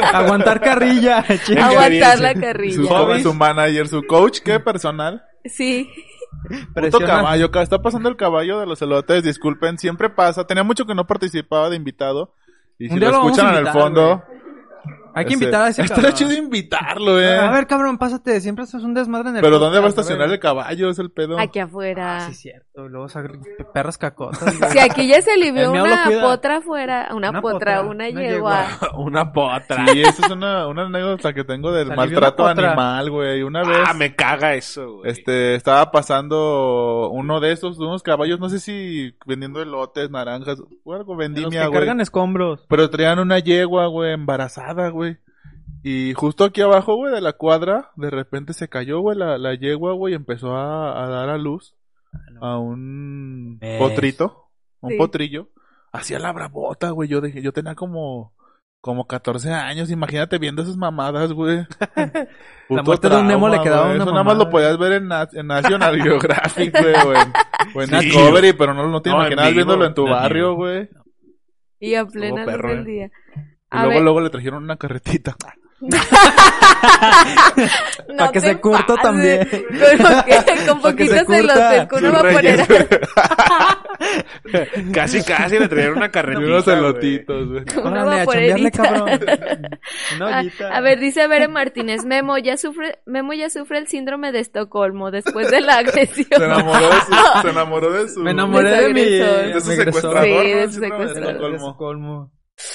Speaker 6: ¿no?
Speaker 4: Aguantar carrilla, chinga.
Speaker 5: Aguantar la
Speaker 6: su,
Speaker 5: carrilla.
Speaker 6: co- su manager, su coach, ¿qué personal?
Speaker 5: Sí.
Speaker 6: Puto
Speaker 4: Mm. Presiona-
Speaker 6: caballo, ca- está pasando el caballo de los elotes, disculpen, siempre pasa. Tenía mucho que no participaba de invitado. Y si
Speaker 4: Un día
Speaker 6: lo
Speaker 4: lo vamos
Speaker 6: escuchan
Speaker 4: a
Speaker 6: en el
Speaker 4: invitar,
Speaker 6: fondo.
Speaker 4: Hay que
Speaker 6: ese-
Speaker 4: invitar a ese
Speaker 6: Estaría
Speaker 4: cabrón.
Speaker 6: chido invitarlo, eh.
Speaker 4: A ver, cabrón, pásate, siempre haces un desmadre en el
Speaker 6: Pero ¿dónde va a
Speaker 4: podcast,
Speaker 6: estacionar
Speaker 4: ver.
Speaker 6: el caballo? Es el pedo.
Speaker 5: Aquí afuera.
Speaker 4: Ah, sí, cierto. Luego sag- perras cacotas. güey.
Speaker 5: Si aquí ya se le vio
Speaker 4: El mío lo
Speaker 5: una
Speaker 4: cuida.
Speaker 5: potra afuera, una,
Speaker 4: Una
Speaker 5: potra,
Speaker 4: potra, una
Speaker 5: una yegua.
Speaker 3: Una potra.
Speaker 6: Sí, esa es una, una anécdota que tengo del
Speaker 4: Salió
Speaker 6: maltrato
Speaker 4: una potra.
Speaker 6: animal, güey. Una vez.
Speaker 3: Ah, me caga eso, güey.
Speaker 6: Este, estaba pasando uno de esos, de unos caballos, no sé si vendiendo elotes, naranjas, o algo,
Speaker 4: Los
Speaker 6: vendimia,
Speaker 4: que
Speaker 6: güey.
Speaker 4: cargan escombros.
Speaker 6: Pero traían una yegua, güey, embarazada, güey. Y justo aquí abajo, güey, de la cuadra, de repente se cayó, güey, la, la yegua, güey, y empezó a, a dar a luz a un
Speaker 4: Ah, Ves.
Speaker 6: potrito, un
Speaker 5: Sí.
Speaker 6: potrillo. Hacía la bravota, güey. Yo dije, yo tenía como, como 14 años, imagínate viendo esas mamadas, güey. Puto
Speaker 4: muerte de un Nemo le quedaba
Speaker 6: güey.
Speaker 4: una
Speaker 6: Eso nada más
Speaker 4: mamada.
Speaker 6: lo podías ver en, Na- en National Geographic, güey, o en, o en
Speaker 3: Sí.
Speaker 6: Discovery, pero no, no te
Speaker 3: No, en
Speaker 6: imaginabas
Speaker 3: vivo,
Speaker 6: viéndolo en tu
Speaker 3: en
Speaker 6: barrio,
Speaker 3: vivo.
Speaker 6: güey.
Speaker 5: Y a plena luz
Speaker 6: perro,
Speaker 5: del
Speaker 6: eh.
Speaker 5: día.
Speaker 6: Y
Speaker 5: A
Speaker 6: luego,
Speaker 5: ver,
Speaker 6: luego le trajeron una carretita.
Speaker 5: no
Speaker 4: pa' que
Speaker 5: te
Speaker 4: se curto
Speaker 5: pases.
Speaker 4: también.
Speaker 5: Con, que- con
Speaker 4: Pa' que
Speaker 5: poquito
Speaker 4: se
Speaker 5: se, los
Speaker 4: curta.
Speaker 5: del culo
Speaker 6: Sus
Speaker 5: va a poner.
Speaker 6: reyes,
Speaker 5: a-
Speaker 3: Casi, casi le trajeron una
Speaker 6: Y
Speaker 3: carretita.
Speaker 6: unos
Speaker 3: güey.
Speaker 6: elotitos, güey.
Speaker 5: Uno
Speaker 4: Órale,
Speaker 5: va
Speaker 4: a
Speaker 5: a poner
Speaker 4: chambearle,
Speaker 5: ahorita.
Speaker 4: cabrón. Una
Speaker 5: Ah,
Speaker 4: ollita.
Speaker 5: A ver, dice Vera Martínez, Memo ya sufre, Memo ya sufre el síndrome de Estocolmo después de la
Speaker 6: Se
Speaker 5: agresión.
Speaker 6: enamoró de su... Se enamoró de su...
Speaker 4: Me enamoré de mi...
Speaker 5: Desagresor.
Speaker 6: De su
Speaker 4: agresor.
Speaker 6: secuestrador,
Speaker 5: Sí, de su
Speaker 6: ¿no? El síndrome de
Speaker 5: secuestrador.
Speaker 4: De su
Speaker 6: Estocolmo.
Speaker 4: colmo.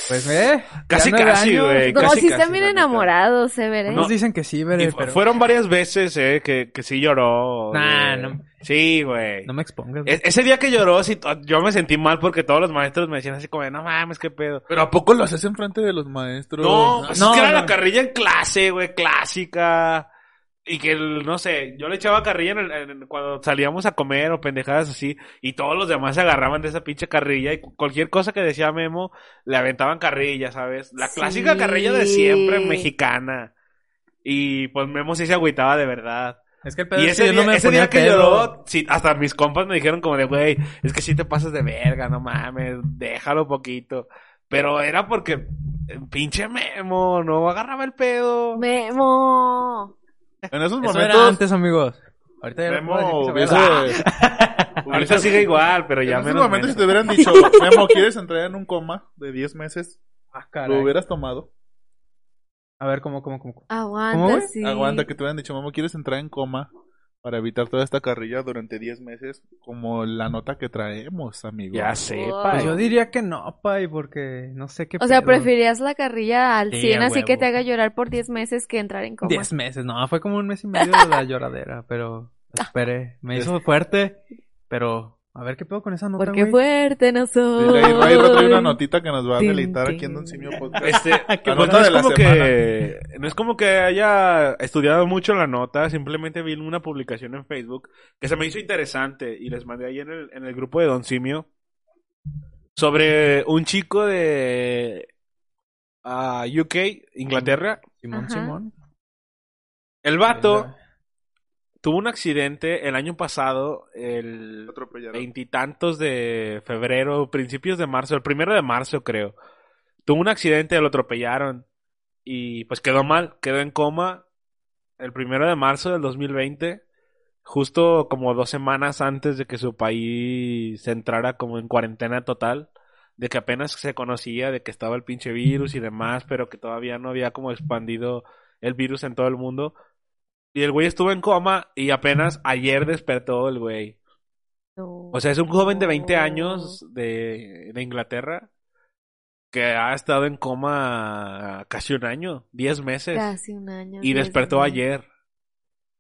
Speaker 4: Pues, eh.
Speaker 3: Casi,
Speaker 4: ya nueve
Speaker 3: casi,
Speaker 4: años.
Speaker 3: güey.
Speaker 5: No,
Speaker 3: casi,
Speaker 5: sí
Speaker 3: casi,
Speaker 5: están bien
Speaker 3: la neta.
Speaker 5: enamorados, eh, Vera.
Speaker 4: Unos dicen que sí,
Speaker 3: Y
Speaker 4: pero...
Speaker 3: fu-
Speaker 4: pero-
Speaker 3: Fueron varias veces, eh, que, que sí lloró.
Speaker 4: Nah,
Speaker 3: güey.
Speaker 4: no.
Speaker 3: Sí, güey.
Speaker 4: No me expongas. güey.
Speaker 3: E- ese día que lloró, sí, to- yo me sentí mal porque todos los maestros me decían así como, de, no mames, qué pedo.
Speaker 6: Pero ¿a poco lo haces enfrente de los maestros?
Speaker 3: No, pues
Speaker 4: no,
Speaker 3: es que era
Speaker 4: no.
Speaker 3: la carrilla en clase, güey, clásica. Y que, el- no sé, yo le echaba carrilla en el- en- en- cuando salíamos a comer o pendejadas así, y todos los demás se agarraban de esa pinche carrilla, y cu- cualquier cosa que decía Memo, le aventaban carrilla, ¿sabes? La clásica
Speaker 5: Sí.
Speaker 3: carrilla de siempre mexicana. Y pues Memo sí se agüitaba de verdad.
Speaker 4: Es que el pedo
Speaker 3: y
Speaker 4: es que
Speaker 3: ese
Speaker 4: yo
Speaker 3: día,
Speaker 4: no me
Speaker 3: ese
Speaker 4: ponía
Speaker 3: día que
Speaker 4: pedo.
Speaker 3: lloró, sí, hasta mis compas me dijeron como de, güey, es que sí te pasas de verga, no mames, déjalo poquito. Pero era porque eh, pinche Memo, no agarraba el pedo.
Speaker 5: Memo.
Speaker 6: En esos
Speaker 4: Eso era
Speaker 6: momentos...
Speaker 4: antes, amigos. Ahorita ya no puedo decir
Speaker 6: Memo,
Speaker 4: que se
Speaker 6: hubiese...
Speaker 4: vaya.
Speaker 3: Ahorita sigue igual, pero
Speaker 6: En
Speaker 3: ya
Speaker 6: esos
Speaker 3: menos.
Speaker 6: momentos si te
Speaker 3: menos.
Speaker 6: hubieran dicho, Memo, ¿quieres entrar en un coma de 10 meses?
Speaker 4: Ah, caray.
Speaker 6: Lo hubieras tomado.
Speaker 4: A ver, ¿cómo, cómo, cómo? ¿Cómo,
Speaker 5: Aguanta,
Speaker 4: güey?
Speaker 5: sí.
Speaker 6: Aguanta que te hubieran dicho, Memo, ¿quieres entrar en coma? Para evitar toda esta carrilla durante 10 meses, como la nota que traemos, amigo.
Speaker 3: Ya sé,
Speaker 5: Wow.
Speaker 3: pa.
Speaker 4: Pues yo diría que no, pay, porque no sé qué
Speaker 5: O sea,
Speaker 4: pedo.
Speaker 5: preferías la carrilla al
Speaker 4: Sí,
Speaker 5: 100,
Speaker 4: a
Speaker 5: así que
Speaker 4: huevo.
Speaker 5: te haga llorar por 10 meses que entrar en coma.
Speaker 4: Diez meses, no, fue como un mes y medio de la lloradera, pero la superé. Me hizo fuerte, pero a ver qué pedo con esa nota,
Speaker 5: Porque
Speaker 4: güey?
Speaker 5: fuerte no soy.
Speaker 6: Y la Irma Irma trae una notita que nos va a
Speaker 5: Tin,
Speaker 6: deleitar aquí
Speaker 5: tin.
Speaker 6: en un simio podcast.
Speaker 3: Este, pues
Speaker 6: nota
Speaker 3: no, es
Speaker 6: de la
Speaker 3: como
Speaker 6: semana.
Speaker 3: que, no es como que haya estudiado mucho la nota, simplemente vi una publicación en Facebook que se me hizo interesante y les mandé ahí en el, en el grupo de Don Simio sobre un chico de ah, UK, Inglaterra.
Speaker 4: Simón,
Speaker 5: Ajá.
Speaker 4: Simón.
Speaker 3: El vato tuvo un accidente el año pasado, el
Speaker 6: Atropellaron.
Speaker 3: veintitantos de febrero, principios de marzo, el primero de marzo creo. Tuvo un accidente, lo atropellaron y pues quedó mal, quedó en coma el primero de marzo del 2020, justo como dos semanas antes de que su país entrara como en cuarentena total de que apenas se conocía de que estaba el pinche virus y demás, pero que todavía no había como expandido el virus en todo el mundo. Y el güey estuvo en coma y apenas ayer despertó el güey. O sea, es un joven de 20 años de, de Inglaterra que ha estado en coma casi un año, 10 meses,
Speaker 5: Casi un año.
Speaker 3: y
Speaker 5: diez
Speaker 3: despertó
Speaker 5: meses.
Speaker 3: ayer.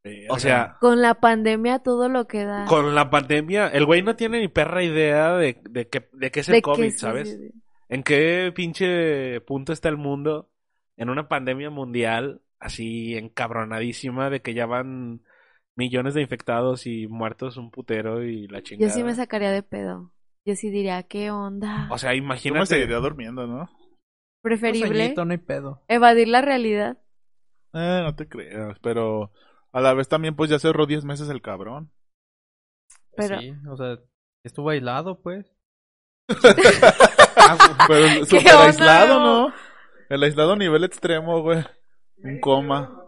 Speaker 3: Eh, O sea,
Speaker 5: Con la pandemia todo lo que da.
Speaker 3: con la pandemia, el güey no tiene ni perra idea de, de, que, de qué es el
Speaker 5: De que
Speaker 3: COVID,
Speaker 5: sí,
Speaker 3: ¿sabes?
Speaker 5: sí, sí.
Speaker 3: ¿En qué pinche punto está el mundo en una pandemia mundial así encabronadísima de que ya van millones de infectados y muertos un putero y la
Speaker 5: Yo
Speaker 3: chingada?
Speaker 5: sí me sacaría de pedo. Yo sí diría, ¿qué onda?
Speaker 3: O sea,
Speaker 6: Yo me
Speaker 3: imagínate.
Speaker 6: seguiría durmiendo, ¿no?
Speaker 4: Un
Speaker 5: Preferible
Speaker 4: sueñito, no hay pedo.
Speaker 5: evadir la realidad.
Speaker 6: Eh, no te creas, pero a la vez también pues ya cerró 10 meses el cabrón.
Speaker 5: Pero-
Speaker 4: Sí, o sea, estuvo aislado, pues.
Speaker 6: Pero el super
Speaker 5: Ah, onda,
Speaker 6: aislado,
Speaker 5: no?
Speaker 6: ¿no? El aislado a nivel extremo, güey. Un coma.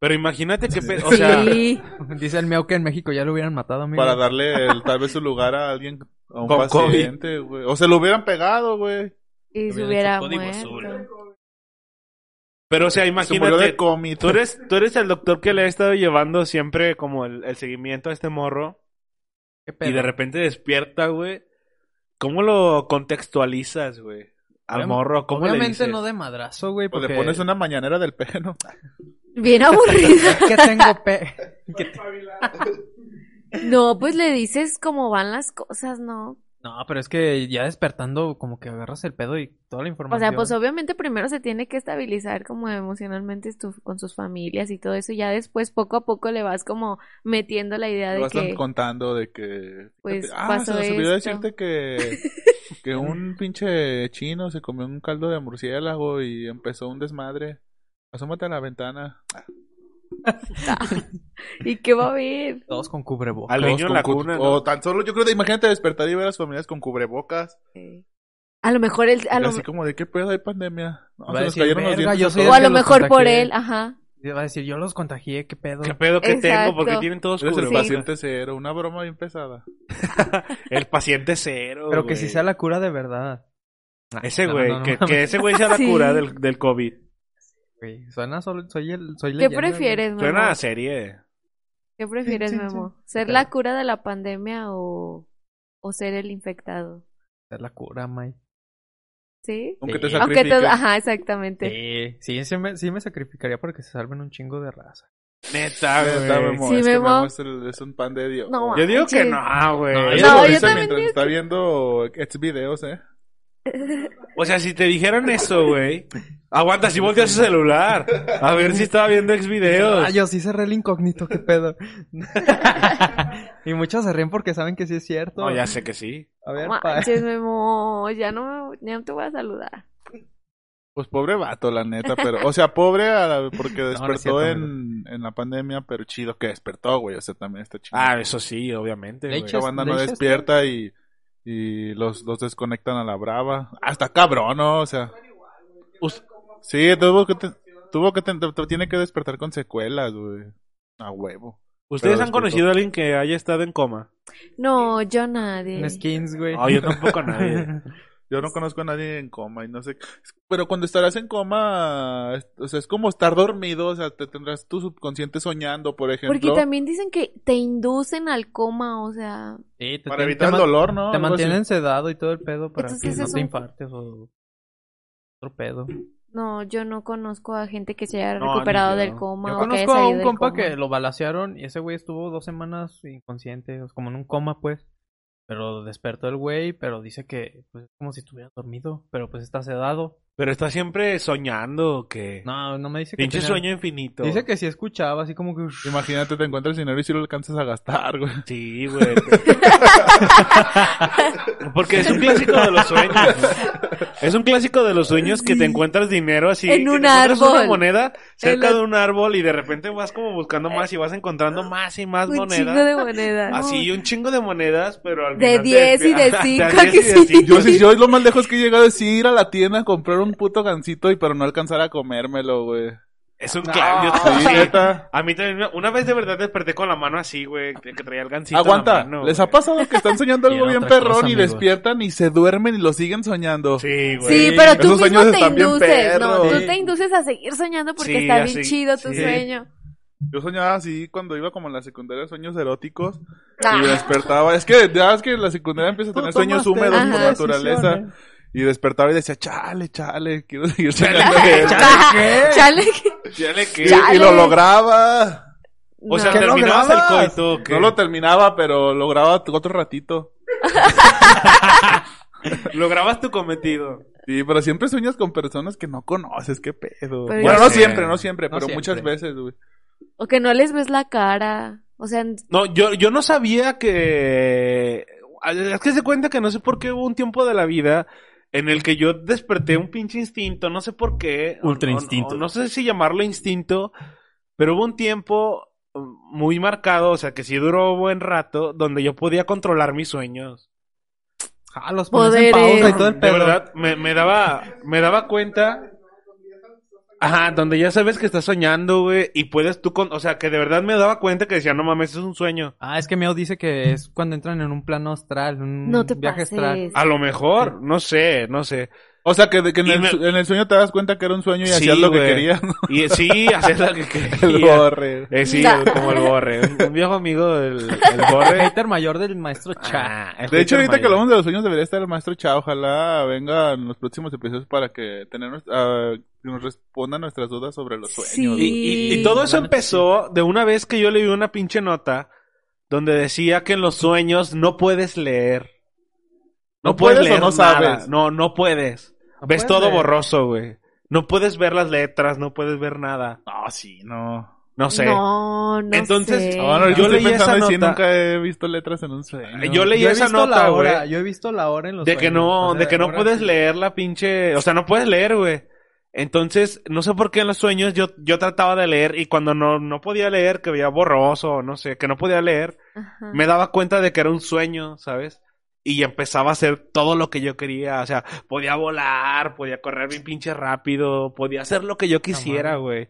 Speaker 3: Pero imagínate qué pe- o sea,
Speaker 5: sí.
Speaker 4: Dice el miau que en México ya lo hubieran matado, amigo.
Speaker 6: Para darle el- tal vez su lugar a alguien, a un
Speaker 3: Con COVID.
Speaker 6: paciente, güey. O se lo hubieran pegado, güey.
Speaker 5: Y se
Speaker 4: hecho
Speaker 5: hubiera
Speaker 3: código
Speaker 5: muerto.
Speaker 3: azul. pero o sea,
Speaker 6: Se murió
Speaker 3: imagínate
Speaker 6: de COVID.
Speaker 3: Tú eres, tú eres el doctor que le ha estado llevando siempre como el, el seguimiento a este morro
Speaker 4: ¿Qué
Speaker 3: y de repente despierta, güey. ¿Cómo lo contextualizas, güey? Al
Speaker 4: Obviamente-
Speaker 3: morro, ¿cómo le
Speaker 4: Obviamente
Speaker 3: dices?
Speaker 4: no de madrazo, güey,
Speaker 6: O
Speaker 4: porque...
Speaker 6: le pones una mañanera del pelo.
Speaker 5: Bien aburrida.
Speaker 4: Es que tengo pe... que te-
Speaker 5: No, pues le dices cómo van las cosas, ¿no?
Speaker 4: No, pero es que ya despertando como que agarras el pedo y toda la
Speaker 5: O
Speaker 4: información.
Speaker 5: sea, pues obviamente primero se tiene que estabilizar como emocionalmente tu- con sus familias y todo eso. Ya después poco a poco le vas como metiendo la idea
Speaker 6: Te
Speaker 5: de
Speaker 6: vas
Speaker 5: que
Speaker 6: contando de que...
Speaker 5: pues
Speaker 6: ah,
Speaker 5: pasó
Speaker 6: se nos olvidó
Speaker 5: esto.
Speaker 6: decirte que... Que un pinche chino se comió un caldo de murciélago y empezó un desmadre. Asómate a la ventana.
Speaker 5: ¿Y qué va a haber?
Speaker 4: Todos con cubrebocas.
Speaker 3: Al
Speaker 6: Todos
Speaker 3: niño en
Speaker 6: con
Speaker 3: la
Speaker 6: cu-
Speaker 3: cuna, ¿no?
Speaker 6: O tan solo, yo creo, de- imagínate despertar y ver a las familias con cubrebocas.
Speaker 5: eh, A lo mejor él, a
Speaker 6: Y
Speaker 5: lo-
Speaker 6: así como de qué pedo hay pandemia. No,
Speaker 4: Va a
Speaker 6: se nos
Speaker 4: decir,
Speaker 6: cayeron los
Speaker 4: "Verga,
Speaker 6: dientes
Speaker 4: yo
Speaker 6: a
Speaker 4: soy
Speaker 6: todos".
Speaker 5: o a lo
Speaker 4: los
Speaker 5: mejor por
Speaker 4: contagié.
Speaker 5: él, ah. ajá.
Speaker 4: Iba a decir, yo los contagié, qué pedo.
Speaker 3: ¿Qué pedo que
Speaker 5: Exacto.
Speaker 3: tengo? Porque tienen todos
Speaker 6: Eres el
Speaker 5: Sí.
Speaker 3: cubrebocas.
Speaker 6: paciente cero, una broma bien pesada.
Speaker 3: El paciente cero.
Speaker 4: Pero que
Speaker 3: güey. Ah,
Speaker 4: si sea la cura de verdad.
Speaker 3: Ese
Speaker 4: No,
Speaker 3: güey,
Speaker 4: no, no,
Speaker 3: que,
Speaker 4: no.
Speaker 3: que ese güey sea la
Speaker 5: Sí.
Speaker 3: cura del, del COVID.
Speaker 4: Güey, Suena solo, soy el, soy
Speaker 5: ¿Qué
Speaker 4: leyenda,
Speaker 5: prefieres, Memo?
Speaker 3: Suena a serie.
Speaker 5: ¿Qué prefieres,
Speaker 4: Sí, sí,
Speaker 5: Memo? ¿Ser
Speaker 4: Claro.
Speaker 5: la cura de la pandemia o, o ser el infectado?
Speaker 4: güey. Es la cura, May.
Speaker 5: ¿Sí?
Speaker 6: Aunque te
Speaker 4: Sí.
Speaker 5: Aunque
Speaker 6: sacrifiques.
Speaker 5: todo, ajá, exactamente.
Speaker 4: Sí, sí, sí me, sí me sacrificaría porque se salven un chingo de raza.
Speaker 3: Neta, güey.
Speaker 6: Está, Memo,
Speaker 5: Sí,
Speaker 6: es que
Speaker 5: Memo.
Speaker 6: Memo es, el- es un pan de Dios.
Speaker 5: No,
Speaker 3: Yo digo que
Speaker 5: manches.
Speaker 3: no, güey.
Speaker 4: No,
Speaker 6: Ella
Speaker 5: No,
Speaker 6: lo
Speaker 5: yo
Speaker 6: dice
Speaker 5: también
Speaker 6: mientras
Speaker 5: digo
Speaker 6: está viendo ex videos, ¿eh?
Speaker 3: O sea, si te dijeran eso, güey. Aguanta, si volteas su celular. A ver si estaba viendo ex videos.
Speaker 4: Ah, yo sí cerré el incógnito, qué pedo. y muchos se ríen porque saben que sí es cierto.
Speaker 3: No, ya sé que sí.
Speaker 4: A ver, pa-
Speaker 5: Manches, Memo, ya no, me- ya no te voy a saludar.
Speaker 6: Pues pobre vato, la neta, pero... O sea, pobre a la- porque
Speaker 4: es
Speaker 6: despertó
Speaker 4: cierto,
Speaker 6: en, en la pandemia, pero chido que despertó, güey. O sea, también está chido.
Speaker 3: Ah, eso sí, obviamente,
Speaker 4: De
Speaker 3: güey.
Speaker 4: hecho,
Speaker 6: Mucha banda no
Speaker 4: de hecho,
Speaker 6: despierta y, y los, los desconectan a la brava. Hasta cabrón, ¿no? O sea...
Speaker 3: Us-
Speaker 6: Sí, tuvo que... te- tuvo que... te- te- tiene que despertar con secuelas, güey. A huevo.
Speaker 3: ¿Ustedes
Speaker 6: Pero
Speaker 3: han
Speaker 6: despertó.
Speaker 3: conocido a alguien que haya estado en coma?
Speaker 5: No, yo nadie.
Speaker 4: en skins, güey.
Speaker 3: No, yo tampoco a nadie.
Speaker 6: Yo no conozco a nadie en coma y no sé. Pero cuando estarás en coma, es- o sea, es como estar dormido, o sea, te tendrás tu subconsciente soñando, por ejemplo.
Speaker 5: Porque también dicen que te inducen al coma, o sea,
Speaker 4: Sí, te-
Speaker 6: Para
Speaker 4: te-
Speaker 6: evitar
Speaker 4: te
Speaker 6: el
Speaker 4: ma-
Speaker 6: dolor, ¿no?
Speaker 4: Te
Speaker 6: Algo así.
Speaker 4: mantienen sedado y todo el pedo para
Speaker 5: Entonces,
Speaker 4: que no
Speaker 5: ese
Speaker 4: te
Speaker 5: es un-
Speaker 4: infartes o otro pedo.
Speaker 5: no, yo no conozco a gente que se haya
Speaker 3: No, ni
Speaker 5: recuperado
Speaker 3: yo.
Speaker 5: del coma
Speaker 4: Yo
Speaker 5: o que haya
Speaker 4: conozco a
Speaker 5: salido
Speaker 4: un
Speaker 5: del
Speaker 4: compa
Speaker 5: coma.
Speaker 4: que lo balacearon y ese güey estuvo dos semanas inconsciente, o sea, como en un coma, pues. Pero despertó el güey, pero dice que pues, es como si estuviera dormido, pero pues está sedado.
Speaker 3: Pero está siempre soñando que...
Speaker 4: No, no me dice que.
Speaker 3: Pinche
Speaker 4: tenía-
Speaker 3: sueño infinito.
Speaker 4: Dice que sí escuchaba, así como que.
Speaker 6: Imagínate, te encuentras dinero y si lo alcanzas a gastar, güey.
Speaker 3: Sí, güey. Porque es un clásico de los sueños. ¿no? Es un clásico de los sueños que te encuentras dinero así.
Speaker 5: En
Speaker 3: que
Speaker 5: un
Speaker 3: te encuentras
Speaker 5: árbol.
Speaker 3: Una moneda cerca
Speaker 5: En la-
Speaker 3: de un árbol y de repente vas como buscando más y vas encontrando más y más
Speaker 5: Un
Speaker 3: monedas.
Speaker 5: chingo de monedas.
Speaker 3: Así, un chingo de monedas, pero al
Speaker 5: De
Speaker 3: final te
Speaker 5: 10 y de
Speaker 3: despiertas-
Speaker 5: 5
Speaker 3: 10
Speaker 5: que
Speaker 3: y de
Speaker 5: sí.
Speaker 3: 5.
Speaker 6: Yo sí, yo lo más lejos que he llegado es ir a la tienda a comprar un puto gancito y pero no alcanzar a comérmelo, güey.
Speaker 3: Es un cambio.
Speaker 6: Sí, neta.
Speaker 3: A mí también, una vez de verdad desperté con la mano así, güey, que que traía el gancito. en la
Speaker 6: Aguanta,
Speaker 3: mano,
Speaker 6: ¿les
Speaker 3: güey.
Speaker 6: ha pasado que están soñando algo
Speaker 4: Quiero
Speaker 6: bien
Speaker 4: otra
Speaker 6: perrón
Speaker 4: cosa,
Speaker 6: y
Speaker 4: amigos.
Speaker 6: despiertan y se duermen y lo siguen soñando?
Speaker 3: Sí, güey.
Speaker 5: Sí, pero tú
Speaker 6: Esos
Speaker 5: mismo
Speaker 6: sueños
Speaker 5: te
Speaker 6: están bien
Speaker 5: induces, ¿no?
Speaker 6: perros.
Speaker 5: Tú te induces a seguir soñando porque
Speaker 3: Sí,
Speaker 5: está
Speaker 3: a
Speaker 5: bien
Speaker 3: seguir-
Speaker 5: chido tu
Speaker 3: sí.
Speaker 5: sueño.
Speaker 6: Yo soñaba así cuando iba como en la secundaria, sueños eróticos.
Speaker 5: Ah.
Speaker 6: Y despertaba. Es que ya es que la secundaria empieza a tener sueños húmedos
Speaker 5: esas
Speaker 6: por naturaleza. Y despertaba y decía, chale, chale, quiero seguir soñando. esto".
Speaker 5: Chale.
Speaker 3: Chale, ¿qué?
Speaker 5: Ya.
Speaker 6: Y, y lo
Speaker 5: Chale.
Speaker 6: lograba.
Speaker 3: O sea,
Speaker 5: No.
Speaker 6: ¿Qué
Speaker 3: terminabas el
Speaker 6: lograbas?
Speaker 3: coito. ¿o qué?
Speaker 6: No lo terminaba, pero lograba otro ratito.
Speaker 3: Lograbas tu cometido.
Speaker 6: Sí, pero siempre sueñas con personas que no conoces, qué
Speaker 5: Pero
Speaker 6: pedo. bueno,
Speaker 3: ya
Speaker 6: no
Speaker 3: sé.
Speaker 6: siempre, no siempre,
Speaker 4: No
Speaker 6: pero muchas
Speaker 4: siempre.
Speaker 6: veces, güey.
Speaker 5: O que no les ves la cara. O sea, n-
Speaker 3: No, yo, yo no sabía que... Es que se cuenta que no sé por qué hubo un tiempo de la vida en el que yo desperté un pinche instinto, no sé por qué. o-
Speaker 7: Ultra
Speaker 3: o-
Speaker 7: instinto.
Speaker 3: o no sé si llamarlo instinto, pero hubo un tiempo mm, muy marcado, o sea, que sí duró buen rato, donde yo podía controlar mis sueños.
Speaker 4: Ah, los pones en
Speaker 6: Eh,
Speaker 4: pausa y todo el
Speaker 3: De
Speaker 4: pedo.
Speaker 3: verdad, me, me daba, me daba cuenta. Ajá, donde ya sabes que estás soñando, güey, y puedes tú con, o sea, que de verdad me daba cuenta que decía, no mames, es un sueño.
Speaker 4: Ah, es que Meo dice que es cuando entran en un plano astral, un
Speaker 5: no te
Speaker 4: viaje
Speaker 5: pases.
Speaker 4: astral.
Speaker 3: A lo mejor, no sé, no sé.
Speaker 6: O sea, que, que en,
Speaker 3: Y
Speaker 6: el,
Speaker 3: me-
Speaker 6: su- en el sueño te das cuenta que era un sueño y
Speaker 3: Sí,
Speaker 6: hacías lo que
Speaker 3: güey.
Speaker 6: querías. ¿no?
Speaker 3: Y sí, hacer lo que
Speaker 6: El
Speaker 3: quería.
Speaker 6: borre.
Speaker 3: Eh, sí,
Speaker 5: No.
Speaker 3: como el borre. Un- Un viejo amigo del el borre.
Speaker 4: Hater mayor del maestro Cha.
Speaker 3: Ah, el
Speaker 6: De hecho,
Speaker 3: hater
Speaker 6: ahorita que
Speaker 3: mayor.
Speaker 6: hablamos de los sueños debería estar el maestro Cha. Ojalá venga en los próximos episodios para que tener, nues- ah, que nos responda nuestras dudas sobre los sueños.
Speaker 5: Sí.
Speaker 3: Y, y- y todo eso
Speaker 4: Realmente
Speaker 3: empezó de una vez que yo leí una pinche nota donde decía que en los sueños no puedes leer.
Speaker 6: ¿No puedes o
Speaker 3: nada.
Speaker 6: no sabes?
Speaker 3: No, no puedes.
Speaker 4: No
Speaker 3: Ves
Speaker 4: puedes
Speaker 3: todo
Speaker 4: leer.
Speaker 3: borroso, güey. No puedes ver las letras, no puedes ver nada.
Speaker 6: Ah, sí, no.
Speaker 3: No sé.
Speaker 5: No, no
Speaker 3: Entonces,
Speaker 5: sé.
Speaker 6: Ah, bueno, ahorita
Speaker 3: Yo
Speaker 6: estoy
Speaker 3: leí esa
Speaker 6: pensando en si
Speaker 3: nota.
Speaker 6: nunca he visto letras en un sueño.
Speaker 3: Yo leí
Speaker 4: Yo he
Speaker 3: esa
Speaker 4: visto la
Speaker 3: nota,
Speaker 4: hora,
Speaker 3: güey.
Speaker 4: Yo he visto la hora en los
Speaker 3: De que no,
Speaker 4: sueños. O sea,
Speaker 3: de que no
Speaker 4: ahora
Speaker 3: puedes
Speaker 4: sí.
Speaker 3: leer la pinche, o sea, no puedes leer, güey. Entonces, no sé por qué en los sueños yo, yo trataba de leer y cuando no, no podía leer, que veía borroso, no sé, que no podía leer,
Speaker 5: Ajá.
Speaker 3: me daba cuenta de que era un sueño, ¿sabes? Y empezaba a hacer todo lo que yo quería, o sea, podía volar, podía correr bien pinche rápido, podía hacer lo que yo quisiera,
Speaker 4: mames.
Speaker 3: güey.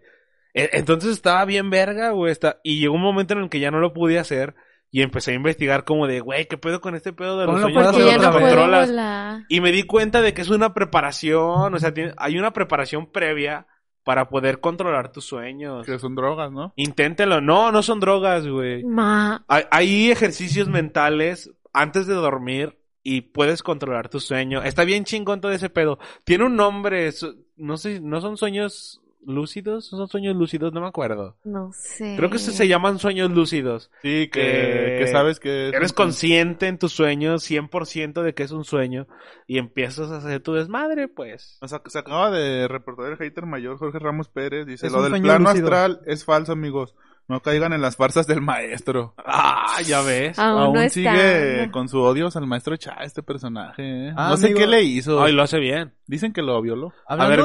Speaker 3: E- Entonces estaba bien verga, güey, está- y llegó un momento en el que ya no lo pude hacer y empecé a investigar como de, güey, ¿qué pedo con este pedo de los
Speaker 4: ¿Cómo lo
Speaker 3: sueños?
Speaker 4: puedo
Speaker 3: que
Speaker 5: Porque ya
Speaker 3: te
Speaker 4: hacer
Speaker 5: no
Speaker 4: otra vez?
Speaker 5: puedo
Speaker 3: controlas?
Speaker 5: volar.
Speaker 3: Y me di cuenta de que es una preparación, o sea, tiene- hay una preparación previa para poder controlar tus sueños.
Speaker 6: pues, Que son drogas, ¿no?
Speaker 3: Inténtelo. No, no son drogas, güey.
Speaker 5: Ma.
Speaker 3: Hay, hay ejercicios mentales antes de dormir y puedes controlar tu sueño. Está bien chingón todo ese pedo. Tiene un nombre, su- no sé, no son sueños lúcidos, son sueños lúcidos, no me acuerdo.
Speaker 5: No sé.
Speaker 3: Creo que se, se llaman sueños lúcidos.
Speaker 6: Sí, que,
Speaker 3: Que-
Speaker 6: que sabes que... es
Speaker 3: Eres
Speaker 6: un-
Speaker 3: consciente en tus sueños, 100% de que es un sueño y empiezas a hacer tu desmadre, pues.
Speaker 6: O sea, que se acaba de reportar el hater mayor Jorge Ramos Pérez. Dice,
Speaker 4: Es
Speaker 6: lo
Speaker 4: un
Speaker 6: del
Speaker 4: sueño
Speaker 6: plano
Speaker 4: lúcido.
Speaker 6: astral es falso, amigos. No caigan en las farsas del maestro.
Speaker 3: Ah, ya ves.
Speaker 5: Aún, no está.
Speaker 6: sigue con su odios al maestro Cha, este personaje. ¿eh?
Speaker 4: Ah,
Speaker 6: no sé
Speaker 4: amigo.
Speaker 6: qué le hizo.
Speaker 3: Ay, lo hace bien.
Speaker 6: Dicen que lo violó.
Speaker 4: Hablando,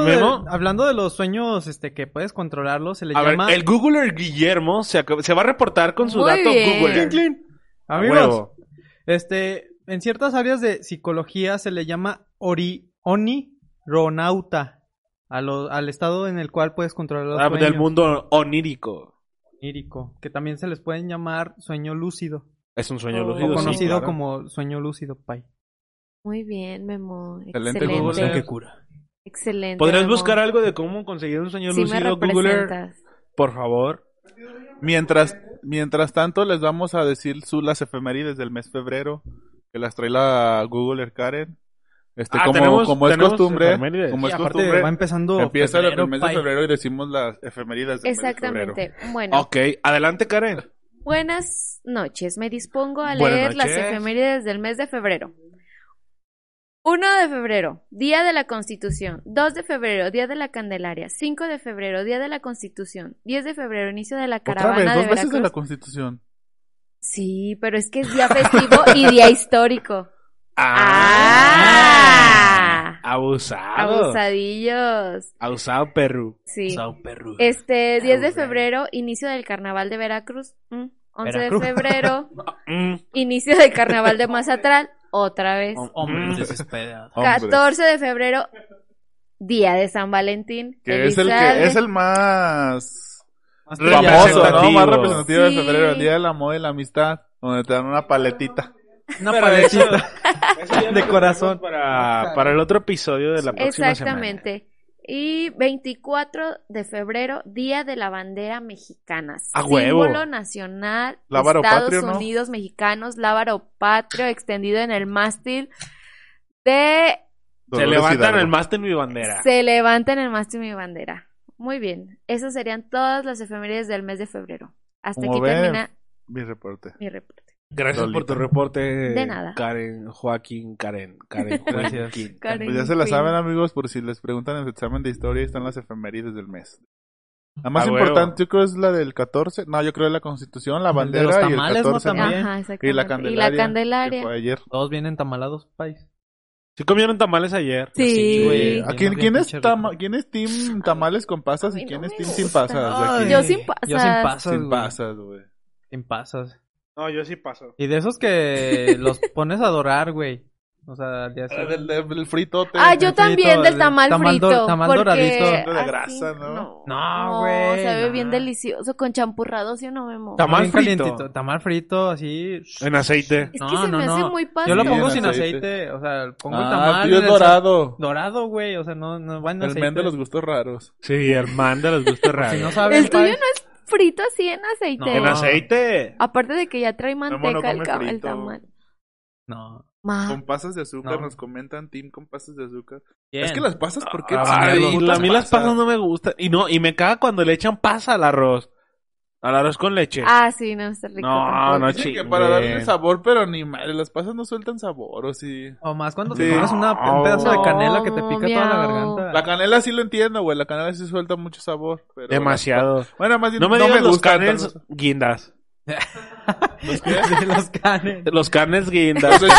Speaker 3: A ver,
Speaker 4: de,
Speaker 3: Memo.
Speaker 4: hablando de los sueños este, que puedes controlarlos, se le
Speaker 3: A ver,
Speaker 4: llama...
Speaker 3: el Googler Guillermo se, acaba- se va a reportar con su
Speaker 5: Muy
Speaker 3: dato
Speaker 5: bien.
Speaker 3: Googler.
Speaker 4: Amigos,
Speaker 3: Huevo.
Speaker 4: este, en ciertas áreas de psicología se le llama ori, onironauta a lo- al estado en el cual puedes controlar los
Speaker 3: Ah,
Speaker 4: sueños.
Speaker 3: del mundo onírico.
Speaker 4: Onírico, que también se les pueden llamar sueño lúcido,
Speaker 3: Es un sueño
Speaker 5: Oh.
Speaker 3: lúcido.
Speaker 4: o
Speaker 3: sí,
Speaker 4: conocido
Speaker 3: claro.
Speaker 4: como sueño lúcido, pay.
Speaker 5: Muy bien, Memo.
Speaker 6: Excelente,
Speaker 5: Excelente.
Speaker 6: Google.
Speaker 7: Dicen
Speaker 5: Excelente.
Speaker 7: que cura.
Speaker 3: ¿Podrías
Speaker 5: Memo.
Speaker 3: buscar algo de cómo conseguir un sueño
Speaker 5: Sí me
Speaker 3: lúcido, Googler?
Speaker 5: representas.
Speaker 3: Por favor.
Speaker 6: Mientras, mientras tanto, les vamos a decir su, las efemérides del mes febrero, que las trae la Google Karen. Este,
Speaker 3: Ah,
Speaker 6: como,
Speaker 3: tenemos-
Speaker 6: como es
Speaker 3: tenemos
Speaker 6: costumbre,
Speaker 3: efemérides.
Speaker 6: como
Speaker 4: Y
Speaker 6: es
Speaker 4: aparte
Speaker 6: costumbre,
Speaker 4: va empezando
Speaker 6: empieza
Speaker 4: febrero,
Speaker 6: el mes de
Speaker 4: pay.
Speaker 6: febrero y decimos las efemérides del mes de febrero.
Speaker 5: Exactamente. Bueno,
Speaker 3: Ok, adelante, Karen.
Speaker 5: buenas noches. Me dispongo a
Speaker 3: Buenas
Speaker 5: leer las
Speaker 3: noches.
Speaker 5: efemérides del mes de febrero. 1 de febrero, Día de la Constitución. 2 de febrero, Día de la Candelaria. 5 de febrero, Día de la Constitución. 10 de febrero, inicio de la
Speaker 6: Otra
Speaker 5: caravana de
Speaker 6: vez, dos veces de
Speaker 5: Veracruz.
Speaker 6: la Constitución.
Speaker 5: Sí, pero es que es día festivo y día histórico. ¡Ah!
Speaker 3: Abusado.
Speaker 5: Abusadillos.
Speaker 3: Abusado, perro.
Speaker 5: Sí.
Speaker 7: Sao perro.
Speaker 5: Este, 10 de
Speaker 7: Aburre.
Speaker 5: febrero, inicio del carnaval de Veracruz. Mm. 11
Speaker 4: Veracruz.
Speaker 5: de febrero,
Speaker 3: Mm,
Speaker 5: inicio del carnaval de Mazatlán. Otra vez.
Speaker 7: Hombre,
Speaker 3: Mm.
Speaker 7: desesperado.
Speaker 6: Hombre.
Speaker 5: 14 de febrero, Día de San Valentín.
Speaker 6: Que
Speaker 5: Feliz
Speaker 6: es el que
Speaker 5: tarde.
Speaker 6: es el más
Speaker 4: Más
Speaker 6: famoso, ¿no?
Speaker 3: Representativo.
Speaker 6: Más representativo de
Speaker 5: Sí.
Speaker 6: febrero, el Día del Amor y la Amistad, donde te dan una paletita.
Speaker 4: Una paletita. De corazón.
Speaker 3: Para, para el otro episodio de la próxima semana.
Speaker 5: Exactamente. Y 24 de febrero, Día de la Bandera Mexicana.
Speaker 3: ¡A huevo!
Speaker 5: Símbolo nacional
Speaker 6: Lábaro
Speaker 5: Estados
Speaker 6: patrio, ¿no?
Speaker 5: Unidos mexicanos, lábaro patrio extendido en el mástil de
Speaker 3: Se
Speaker 6: Dolores
Speaker 3: levantan
Speaker 6: Hidalgo.
Speaker 3: el mástil mi bandera.
Speaker 5: Se levanta en el mástil mi bandera. Muy bien. Esas serían todas las efemérides del mes de febrero. Hasta
Speaker 6: Como Pues
Speaker 5: aquí
Speaker 6: ven.
Speaker 5: termina
Speaker 6: Mi reporte.
Speaker 5: mi reporte.
Speaker 3: Gracias
Speaker 6: Solita.
Speaker 3: por tu reporte.
Speaker 5: De nada.
Speaker 3: Karen, Joaquín, Karen, Karen,
Speaker 4: Gracias.
Speaker 3: Joaquín.
Speaker 5: Karen
Speaker 6: Pues ya se la
Speaker 5: Quinn.
Speaker 6: saben, amigos, por si les preguntan en su examen de historia, están las efemérides del mes. La más
Speaker 3: Ah, huevo.
Speaker 6: importante, yo creo, es la del 14. No, yo creo que la Constitución, la
Speaker 4: El de
Speaker 6: bandera
Speaker 4: los
Speaker 6: y el
Speaker 4: tamales, ¿no?
Speaker 6: 14.
Speaker 4: También.
Speaker 5: Ajá,
Speaker 6: Y la
Speaker 5: exactamente.
Speaker 6: Candelaria.
Speaker 5: Y la
Speaker 6: que fue
Speaker 5: Candelaria.
Speaker 6: ayer.
Speaker 4: Todos vienen tamalados, país.
Speaker 3: ¿Sí comieron tamales ayer?
Speaker 5: Sí.
Speaker 4: güey.
Speaker 6: ¿A
Speaker 4: Sí,
Speaker 6: quién,
Speaker 4: más bien
Speaker 6: quién es
Speaker 4: pinche
Speaker 6: tama-
Speaker 4: rico.
Speaker 6: quién es Team Tamales con pasas
Speaker 5: a mí
Speaker 6: y quién
Speaker 5: no
Speaker 6: es
Speaker 5: me
Speaker 6: Team Sin
Speaker 5: gusta.
Speaker 6: pasas? de aquí?
Speaker 5: Yo sin
Speaker 4: Yo
Speaker 5: pasas.
Speaker 4: sin pasas.
Speaker 6: Sin
Speaker 4: güey.
Speaker 6: pasas, güey.
Speaker 4: Sin pasas.
Speaker 3: No, yo sí paso.
Speaker 4: Y de esos que los pones a dorar, güey. O sea, ya
Speaker 6: El,
Speaker 4: sabes.
Speaker 6: el- el fritote.
Speaker 5: Ah,
Speaker 4: El
Speaker 5: yo
Speaker 4: frito,
Speaker 5: también del
Speaker 4: el
Speaker 5: tamal,
Speaker 4: tamal
Speaker 5: frito.
Speaker 4: dor- tamal
Speaker 5: porque
Speaker 4: doradito.
Speaker 6: Lleno de grasa, ¿no?
Speaker 4: No, güey,
Speaker 5: Se ve
Speaker 4: no.
Speaker 5: bien delicioso con champurrado, si no me mojo.
Speaker 3: Tam- Tamal
Speaker 4: Bien
Speaker 3: frito.
Speaker 4: calientito, Tamal frito, así.
Speaker 3: En aceite.
Speaker 5: Es que
Speaker 4: No,
Speaker 5: se
Speaker 4: no,
Speaker 5: me hace
Speaker 4: no.
Speaker 5: muy padre.
Speaker 4: Yo lo
Speaker 6: Sí,
Speaker 4: pongo
Speaker 6: en
Speaker 4: sin aceite.
Speaker 6: aceite.
Speaker 4: O sea, pongo el
Speaker 6: Ah,
Speaker 4: tamal.
Speaker 6: el tuyo
Speaker 4: en
Speaker 6: es
Speaker 4: el sal-
Speaker 6: dorado.
Speaker 4: Dorado, güey. O sea, no, no va en
Speaker 6: El
Speaker 4: aceite.
Speaker 6: men de los gustos raros.
Speaker 3: Sí, hermano de los gustos
Speaker 4: Si no
Speaker 3: raros.
Speaker 4: saben,
Speaker 5: El tuyo
Speaker 4: país,
Speaker 5: no es frito así en aceite.
Speaker 4: No.
Speaker 3: ¿En aceite?
Speaker 5: Aparte de que ya trae
Speaker 6: mono
Speaker 5: manteca el,
Speaker 6: come
Speaker 5: ca- el
Speaker 6: frito.
Speaker 5: tamal.
Speaker 4: no.
Speaker 5: Ma,
Speaker 6: Con pasas de azúcar,
Speaker 4: No.
Speaker 6: nos comentan Team con pasas de azúcar.
Speaker 4: ¿Quién?
Speaker 6: Es que las pasas, ¿por qué?
Speaker 3: Ay,
Speaker 6: Putas
Speaker 3: Ah, la- a mí las pasas no me gustan. Y no, y me caga cuando le echan pasa al arroz. Al arroz con leche.
Speaker 5: Ah, sí, no está rico.
Speaker 3: no,
Speaker 5: tampoco.
Speaker 3: no,
Speaker 6: Dicen que
Speaker 3: chinguen.
Speaker 6: para darle sabor, pero ni madre, las pasas no sueltan sabor, o sí.
Speaker 4: O más cuando
Speaker 6: Sí. Oh.
Speaker 4: te pones una, un pedazo de
Speaker 5: No,
Speaker 4: canela que te pica toda la
Speaker 5: miau.
Speaker 4: garganta.
Speaker 6: La canela sí lo entiendo, güey, la canela sí suelta mucho sabor. Pero
Speaker 3: Demasiado.
Speaker 6: Bueno, más bien
Speaker 3: No me digas los
Speaker 6: gusta
Speaker 3: canels
Speaker 6: tanto.
Speaker 3: guindas.
Speaker 4: Sí, los canes.
Speaker 3: Los canels guindas.
Speaker 6: Los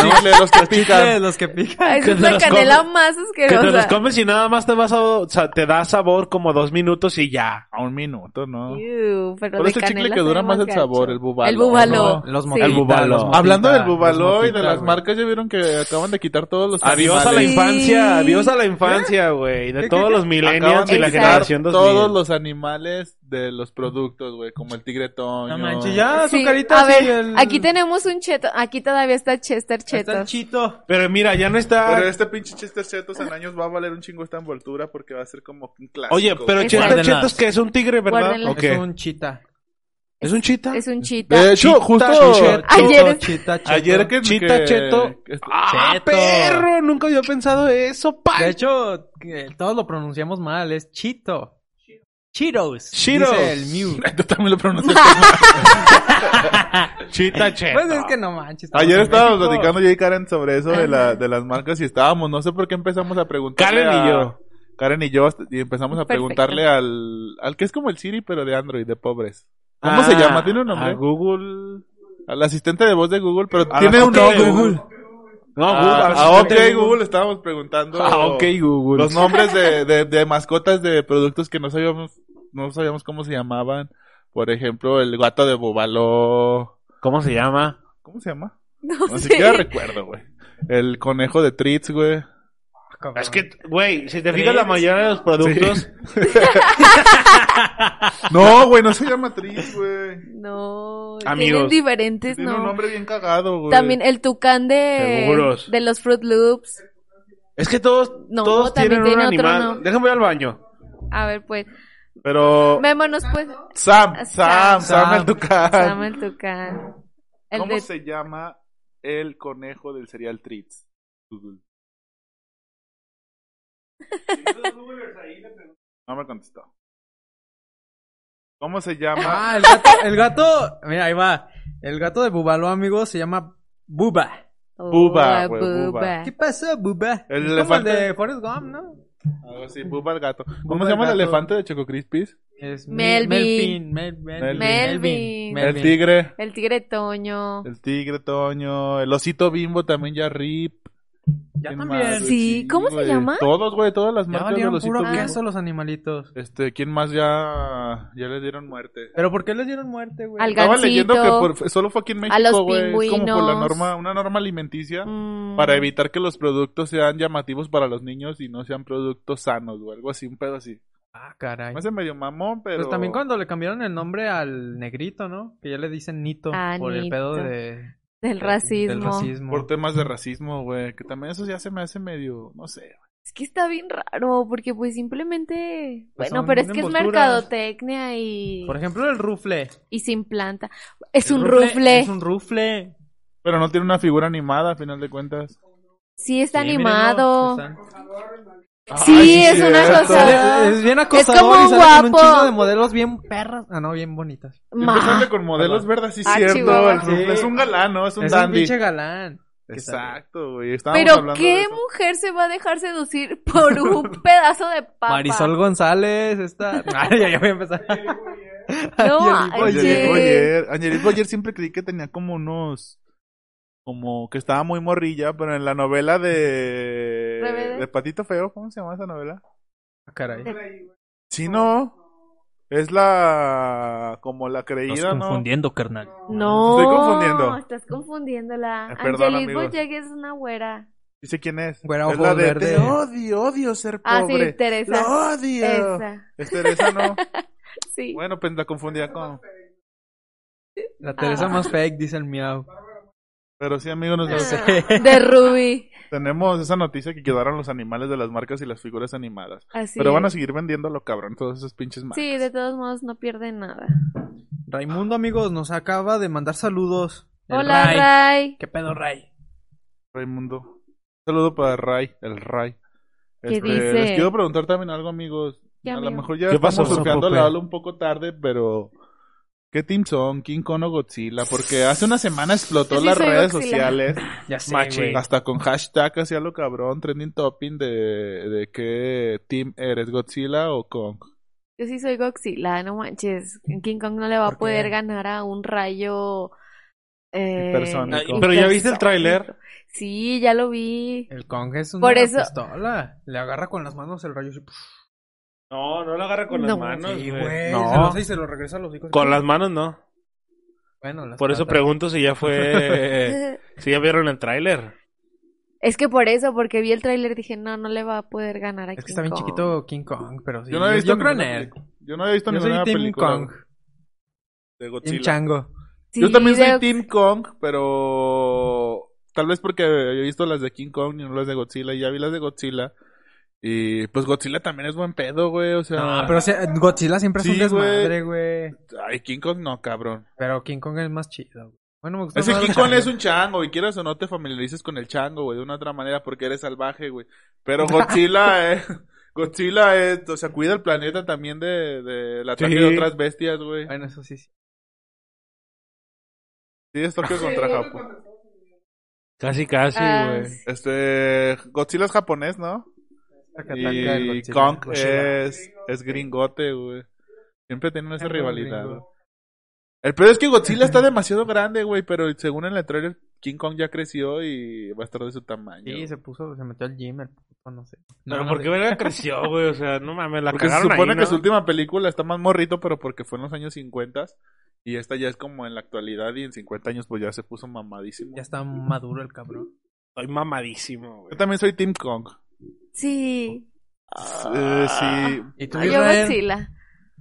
Speaker 6: de chicle, los que pican.
Speaker 4: Los que pican.
Speaker 5: Ay, esa
Speaker 3: que
Speaker 5: es
Speaker 3: te
Speaker 5: la
Speaker 3: los
Speaker 5: canela
Speaker 3: comes-
Speaker 5: más
Speaker 3: Que te los
Speaker 5: asquerosa.
Speaker 3: comes y nada más te vas a, o sea, te da sabor como dos minutos y ya.
Speaker 6: A un minuto, ¿no?
Speaker 5: Iu, pero
Speaker 6: Por
Speaker 5: de
Speaker 6: ese chicle
Speaker 5: canela
Speaker 6: que dura
Speaker 5: sabe
Speaker 6: más el
Speaker 5: gacho.
Speaker 6: sabor, el bubaló.
Speaker 5: El búbalo.
Speaker 4: No, los
Speaker 5: sí.
Speaker 4: motitas,
Speaker 3: El búbalo.
Speaker 4: los motitas,
Speaker 6: Hablando del
Speaker 4: los
Speaker 6: bubaló y de
Speaker 4: motitas,
Speaker 6: las
Speaker 4: güey.
Speaker 6: marcas, ya vieron que acaban de quitar todos los
Speaker 3: Adiós a la
Speaker 6: animales.
Speaker 5: Sí.
Speaker 3: infancia, adiós a la infancia, güey.
Speaker 6: ¿Qué,
Speaker 3: De
Speaker 6: qué,
Speaker 3: todos
Speaker 6: qué?
Speaker 3: los millennials
Speaker 6: Acaban
Speaker 3: y la
Speaker 6: de
Speaker 5: quitar
Speaker 3: generación 2000.
Speaker 6: Todos los animales de los productos, güey, como el tigretón.
Speaker 4: No manches, ya,
Speaker 5: Sí,
Speaker 4: su carita
Speaker 5: a ver,
Speaker 4: Ah, sí, el-
Speaker 5: aquí tenemos un cheto. Aquí todavía está Chester
Speaker 4: Está
Speaker 5: Cheto.
Speaker 4: el chito.
Speaker 3: Pero mira, ya no está.
Speaker 6: Pero este pinche Chester Chetos en años va a valer un chingo esta envoltura porque va a ser como un clásico.
Speaker 3: Oye, pero
Speaker 5: Exacto.
Speaker 3: Chester
Speaker 4: Guárdenlas.
Speaker 3: Chetos que es un tigre, ¿verdad?
Speaker 5: Guárdenlas.
Speaker 3: ¿O qué?
Speaker 4: Es un chita.
Speaker 3: ¿Es un chita?
Speaker 5: Es un chita.
Speaker 6: De hecho,
Speaker 3: Chita,
Speaker 6: justo
Speaker 3: Cheto,
Speaker 5: Ayer-
Speaker 4: Chita, cheto.
Speaker 6: ayer que...
Speaker 3: Chita
Speaker 6: que-
Speaker 3: Cheto.
Speaker 6: que-
Speaker 3: ¡Ah,
Speaker 4: Cheto.
Speaker 3: perro! Nunca había pensado eso, pa.
Speaker 4: De hecho, que todos lo pronunciamos mal, es chito. Cheetos.
Speaker 3: Cheetos.
Speaker 4: Dice el Mew.
Speaker 6: Tú también lo pronuncias.
Speaker 3: Chita Cheto.
Speaker 4: Pues es que no manches. estamos
Speaker 6: Ayer
Speaker 4: en
Speaker 6: estábamos
Speaker 4: México.
Speaker 6: platicando yo y Karen sobre eso de, la, de las marcas y estábamos, no sé por qué empezamos a preguntarle
Speaker 3: Karen y
Speaker 6: a-
Speaker 3: yo.
Speaker 6: Karen y yo hasta- y empezamos a
Speaker 5: Perfecto.
Speaker 6: preguntarle al, al que es como el Siri pero de Android, de pobres. ¿Cómo se
Speaker 3: Ah,
Speaker 6: llama? ¿Tiene un
Speaker 3: a
Speaker 6: nombre?
Speaker 3: Google.
Speaker 6: Al asistente de voz de Google, pero
Speaker 3: A
Speaker 6: tiene
Speaker 3: la
Speaker 6: un
Speaker 3: Ah, OK
Speaker 6: nombre.
Speaker 3: Google. No,
Speaker 6: Ah,
Speaker 3: Google.
Speaker 6: a OK
Speaker 3: asistente
Speaker 6: Google. estábamos preguntando
Speaker 3: A OK Google.
Speaker 6: los nombres de, de, de mascotas de productos que no sabíamos, no sabíamos cómo se llamaban. Por ejemplo, el gato de Bobaló.
Speaker 3: ¿Cómo se llama?
Speaker 6: ¿Cómo se llama?
Speaker 5: No
Speaker 6: Ni
Speaker 5: sé.
Speaker 6: siquiera recuerdo, güey. El conejo de Tritz, güey.
Speaker 4: Cabrón.
Speaker 3: Es que, güey, si te fijas, la mayoría de los productos.
Speaker 6: No, güey, no se llama Tritz, güey.
Speaker 5: No. Tienen
Speaker 3: Amigos.
Speaker 5: diferentes
Speaker 6: Tiene un
Speaker 5: nombres.
Speaker 6: nombre bien cagado, güey.
Speaker 5: También el tucán de,
Speaker 3: Seguros.
Speaker 5: de los Fruit Loops.
Speaker 3: Es que todos,
Speaker 5: No,
Speaker 3: todos
Speaker 5: también
Speaker 3: tienen un
Speaker 5: tiene otro
Speaker 3: animal.
Speaker 5: nombre.
Speaker 3: Déjame ir al baño.
Speaker 5: A ver, pues.
Speaker 6: Pero
Speaker 5: Mémonos, pues.
Speaker 6: Sam, Sam, Sam,
Speaker 4: Sam.
Speaker 6: el Tucán.
Speaker 5: Se llama el tucán. El
Speaker 6: Ah. ¿Cómo
Speaker 5: de-
Speaker 6: se llama el conejo del cereal Tritz? Google. No me contestó. ¿Cómo se llama?
Speaker 4: Ah, el gato, el gato. Mira, ahí va. El gato de Bubalo, amigos, se llama Buba.
Speaker 5: Oh,
Speaker 6: Buba,
Speaker 5: ah,
Speaker 6: güey, Buba.
Speaker 5: Buba.
Speaker 4: ¿Qué pasó, Buba?
Speaker 6: El
Speaker 4: es
Speaker 6: elefante.
Speaker 4: como el de Forrest Gump, ¿no?
Speaker 6: Algo así, Ah, Bubba el gato. ¿Cómo
Speaker 4: Bubba
Speaker 6: se llama
Speaker 4: el
Speaker 6: el,
Speaker 4: gato.
Speaker 6: elefante de Choco Crispis?
Speaker 4: Es
Speaker 5: Melvin.
Speaker 4: Melvin. Mel- Melvin.
Speaker 5: Melvin.
Speaker 6: El tigre.
Speaker 5: El tigre Toño.
Speaker 6: El tigre, Toño. El osito bimbo también ya rip.
Speaker 4: Ya
Speaker 6: ¿Quién
Speaker 4: también.
Speaker 6: más, güey?
Speaker 5: Sí, ¿cómo se
Speaker 6: güey.
Speaker 5: llama?
Speaker 6: Todos, güey, todas las
Speaker 4: Ya
Speaker 6: marcas de
Speaker 4: valieron
Speaker 6: los
Speaker 4: puro
Speaker 5: Bimbo.
Speaker 4: queso los animalitos.
Speaker 6: Este, ¿quién más ya, ya le dieron muerte?
Speaker 4: ¿Pero por qué les dieron muerte, güey?
Speaker 5: Al
Speaker 6: Estaba
Speaker 5: Gansito.
Speaker 6: leyendo que por- solo fue aquí en
Speaker 5: A los
Speaker 6: México, güey. Es como por la
Speaker 5: pingüinos.
Speaker 6: norma, una norma alimenticia
Speaker 5: Mm.
Speaker 6: para evitar que los productos sean llamativos para los niños y no sean productos sanos o algo así, un pedo así.
Speaker 4: Ah, caray.
Speaker 6: Me hace medio mamón, Pues, pero.
Speaker 4: Pues también cuando le cambiaron el nombre al negrito, ¿no? Que ya le dicen Nito
Speaker 5: Ah,
Speaker 4: por el
Speaker 5: Nito.
Speaker 4: pedo de,
Speaker 5: Del
Speaker 4: del
Speaker 5: racismo.
Speaker 4: racismo.
Speaker 6: Por temas de racismo, güey. Que también eso ya se me hace medio. No sé.
Speaker 5: Es que está bien raro, porque pues simplemente...
Speaker 4: Pues
Speaker 5: bueno,
Speaker 4: son
Speaker 5: pero es que es
Speaker 4: envolturas.
Speaker 5: mercadotecnia y,
Speaker 4: Por ejemplo, el rufle.
Speaker 5: y sin planta. Es
Speaker 4: El
Speaker 5: un rufle.
Speaker 4: Es un rufle.
Speaker 6: Pero no tiene una figura animada, a final de cuentas.
Speaker 5: Sí, está
Speaker 4: Sí,
Speaker 5: animado.
Speaker 4: mírenlo, están-
Speaker 5: Sí, es una
Speaker 6: cierto.
Speaker 5: cosa
Speaker 4: Es bien acosador
Speaker 5: como
Speaker 4: y
Speaker 5: un
Speaker 4: sale con un
Speaker 5: guapo.
Speaker 4: chingo de modelos bien perras. Ah, no, bien bonitas.
Speaker 6: Y Empezaste con modelos
Speaker 4: Perdón.
Speaker 6: verdes, sí,
Speaker 5: Ah,
Speaker 6: cierto.
Speaker 5: Chihuahua.
Speaker 6: el rufle
Speaker 4: Sí.
Speaker 6: Es un galán, ¿no? Es un
Speaker 4: es un
Speaker 6: dandy.
Speaker 4: pinche galán. que sale.
Speaker 6: Exacto, güey. estábamos
Speaker 5: Pero
Speaker 6: hablando de
Speaker 5: ¿qué
Speaker 6: eso.
Speaker 5: mujer se va a dejar seducir por un pedazo de papa?
Speaker 4: Marisol González, esta. Ah, ya, ya voy a empezar. Ah,
Speaker 5: No,
Speaker 4: Angelique
Speaker 5: manches.
Speaker 4: Boyer.
Speaker 6: Angelit Boyer. Angelit Boyer siempre creí que tenía como unos. Como que estaba muy morrilla, pero en la novela de.
Speaker 5: Rebelde.
Speaker 6: De Patito Feo, ¿cómo se llama esa novela?
Speaker 4: Ah, Caray.
Speaker 6: Sí, no. Es la. Como la creída,
Speaker 4: Estás
Speaker 6: ¿no?
Speaker 4: confundiendo, carnal.
Speaker 5: No,
Speaker 6: Estoy confundiendo.
Speaker 5: Estás confundiéndola.
Speaker 6: Eh, perdón,
Speaker 5: Angelique
Speaker 6: amigos.
Speaker 5: Boyer es una güera.
Speaker 6: Dice quién es.
Speaker 4: Güera,
Speaker 6: es
Speaker 4: ojos
Speaker 6: la de.
Speaker 4: verde.
Speaker 6: Te odio, odio ser
Speaker 5: Ah,
Speaker 6: pobre.
Speaker 5: sí, Teresa.
Speaker 6: La odio.
Speaker 5: Esa,
Speaker 6: Es Teresa, ¿no?
Speaker 5: sí.
Speaker 6: bueno, pues la confundía con.
Speaker 4: La Teresa
Speaker 5: Ah.
Speaker 4: más fake, dice el miau.
Speaker 6: Pero sí, amigos, nos
Speaker 5: De Ruby.
Speaker 6: tenemos esa noticia que quedaron los animales de las marcas y las figuras animadas.
Speaker 5: Así
Speaker 6: Pero van a
Speaker 5: es.
Speaker 6: seguir vendiéndolo, cabrón, todos esos pinches marcas.
Speaker 5: Sí, de todos modos no pierden nada.
Speaker 4: Raimundo, amigos, nos acaba de mandar saludos. El
Speaker 5: Hola,
Speaker 4: Ray.
Speaker 5: Ray.
Speaker 4: ¿Qué pedo, Ray?
Speaker 6: Raimundo. Un saludo para Ray, el Ray. Este,
Speaker 5: ¿Qué dice?
Speaker 6: Les quiero preguntar también algo, amigos.
Speaker 5: ¿Qué,
Speaker 6: a lo
Speaker 5: amigo?
Speaker 6: mejor ya
Speaker 3: ¿Qué
Speaker 6: estamos
Speaker 3: pasó,
Speaker 6: surfeando
Speaker 3: Pope?
Speaker 6: la ola un poco tarde, pero... ¿Qué team son? ¿King Kong o Godzilla? Porque hace una semana explotó
Speaker 5: Yo sí
Speaker 6: las
Speaker 5: soy
Speaker 6: redes
Speaker 5: Godzilla.
Speaker 6: sociales.
Speaker 4: Ya sé,
Speaker 6: Machín,
Speaker 4: güey.
Speaker 6: hasta con hashtag hacía lo cabrón, trending topping de, de qué team eres, Godzilla o Kong.
Speaker 5: Yo sí soy Godzilla, no manches. King Kong no le va a
Speaker 4: ¿Por qué?
Speaker 5: poder ganar a un rayo. Eh,
Speaker 6: Hipersónico.
Speaker 5: hipersónico.
Speaker 3: Pero ya viste el tráiler.
Speaker 5: Sí, ya lo vi.
Speaker 4: El Kong es una
Speaker 5: Por eso-
Speaker 4: pistola. Le agarra con las manos el rayo. así, puf,
Speaker 3: No, no lo agarra con
Speaker 5: No.
Speaker 3: las manos,
Speaker 4: sí,
Speaker 3: güey.
Speaker 4: güey,
Speaker 3: No.
Speaker 4: Se lo hace y se lo regresa a los hijos.
Speaker 3: Con las manos no.
Speaker 4: Bueno, las
Speaker 3: Por eso
Speaker 4: patas.
Speaker 3: pregunto si ya fue...
Speaker 6: Eh,
Speaker 3: si ya vieron el tráiler.
Speaker 5: Es que por eso, porque vi el tráiler dije, no, no le va a poder ganar a
Speaker 4: Es que
Speaker 5: King
Speaker 4: está bien
Speaker 5: Kong".
Speaker 4: chiquito King Kong, pero sí.
Speaker 6: Yo no he visto
Speaker 4: creo en
Speaker 6: ninguna
Speaker 4: él.
Speaker 6: película. Yo no había visto
Speaker 4: Yo soy
Speaker 6: ninguna
Speaker 4: Team
Speaker 6: película
Speaker 4: Kong.
Speaker 6: de
Speaker 4: Team
Speaker 6: Godzilla.
Speaker 4: Chango.
Speaker 5: Sí,
Speaker 6: Yo también soy
Speaker 5: de-
Speaker 6: Team Kong, pero tal vez porque he visto las de King Kong y no las de Godzilla, y ya vi las de Godzilla. Y pues Godzilla también es buen pedo, güey, o sea...
Speaker 4: No, Ah, pero o sea, Godzilla siempre es
Speaker 6: Sí,
Speaker 4: un desmadre, güey.
Speaker 6: Ay, King Kong no, cabrón.
Speaker 4: Pero King Kong es más chido. güey. Bueno, me gusta
Speaker 6: Ese
Speaker 4: más
Speaker 6: King
Speaker 4: el
Speaker 6: Kong
Speaker 4: chango.
Speaker 6: es un chango, y quieras o no te familiarices con el chango, güey, de una otra manera, porque eres salvaje, güey. Pero Godzilla es... Godzilla es... O sea, cuida el planeta también de, de la ataque
Speaker 3: Sí.
Speaker 6: de otras bestias, güey.
Speaker 4: Bueno, eso sí. sí.
Speaker 6: Sí, es Tokio contra Japón.
Speaker 3: Casi, casi,
Speaker 5: Ah,
Speaker 3: güey.
Speaker 5: sí.
Speaker 6: Este... Godzilla es japonés, ¿no?
Speaker 4: Ataca, ataca el
Speaker 6: Y
Speaker 4: Godzilla.
Speaker 6: Kong
Speaker 4: Godzilla.
Speaker 6: es, es gringote, güey. Siempre tienen esa
Speaker 4: Siempre
Speaker 6: rivalidad.
Speaker 4: gringo.
Speaker 6: güey. El peor es que Godzilla está demasiado grande, güey, pero según en el trailer, King Kong ya creció y va a estar de su tamaño.
Speaker 4: Sí, se puso, se metió al gym, el puto, no sé.
Speaker 3: Pero
Speaker 4: No,
Speaker 3: ¿por qué
Speaker 4: no sé.
Speaker 3: verga creció, güey? O sea, no mames, la
Speaker 6: porque se
Speaker 3: cagaron
Speaker 6: supone
Speaker 3: ahí,
Speaker 6: que
Speaker 3: ¿no?
Speaker 6: su última película está más morrito, pero porque fue en los años 50 y esta ya es como en la actualidad y en 50 años pues ya se puso mamadísimo.
Speaker 4: Ya está maduro el cabrón.
Speaker 3: Estoy mamadísimo, güey.
Speaker 6: Yo también soy Team Kong.
Speaker 5: Sí.
Speaker 3: Ah,
Speaker 6: Eh, sí,
Speaker 4: ¿Y tú,
Speaker 5: Ah, Yo
Speaker 4: Israel?
Speaker 5: Godzilla.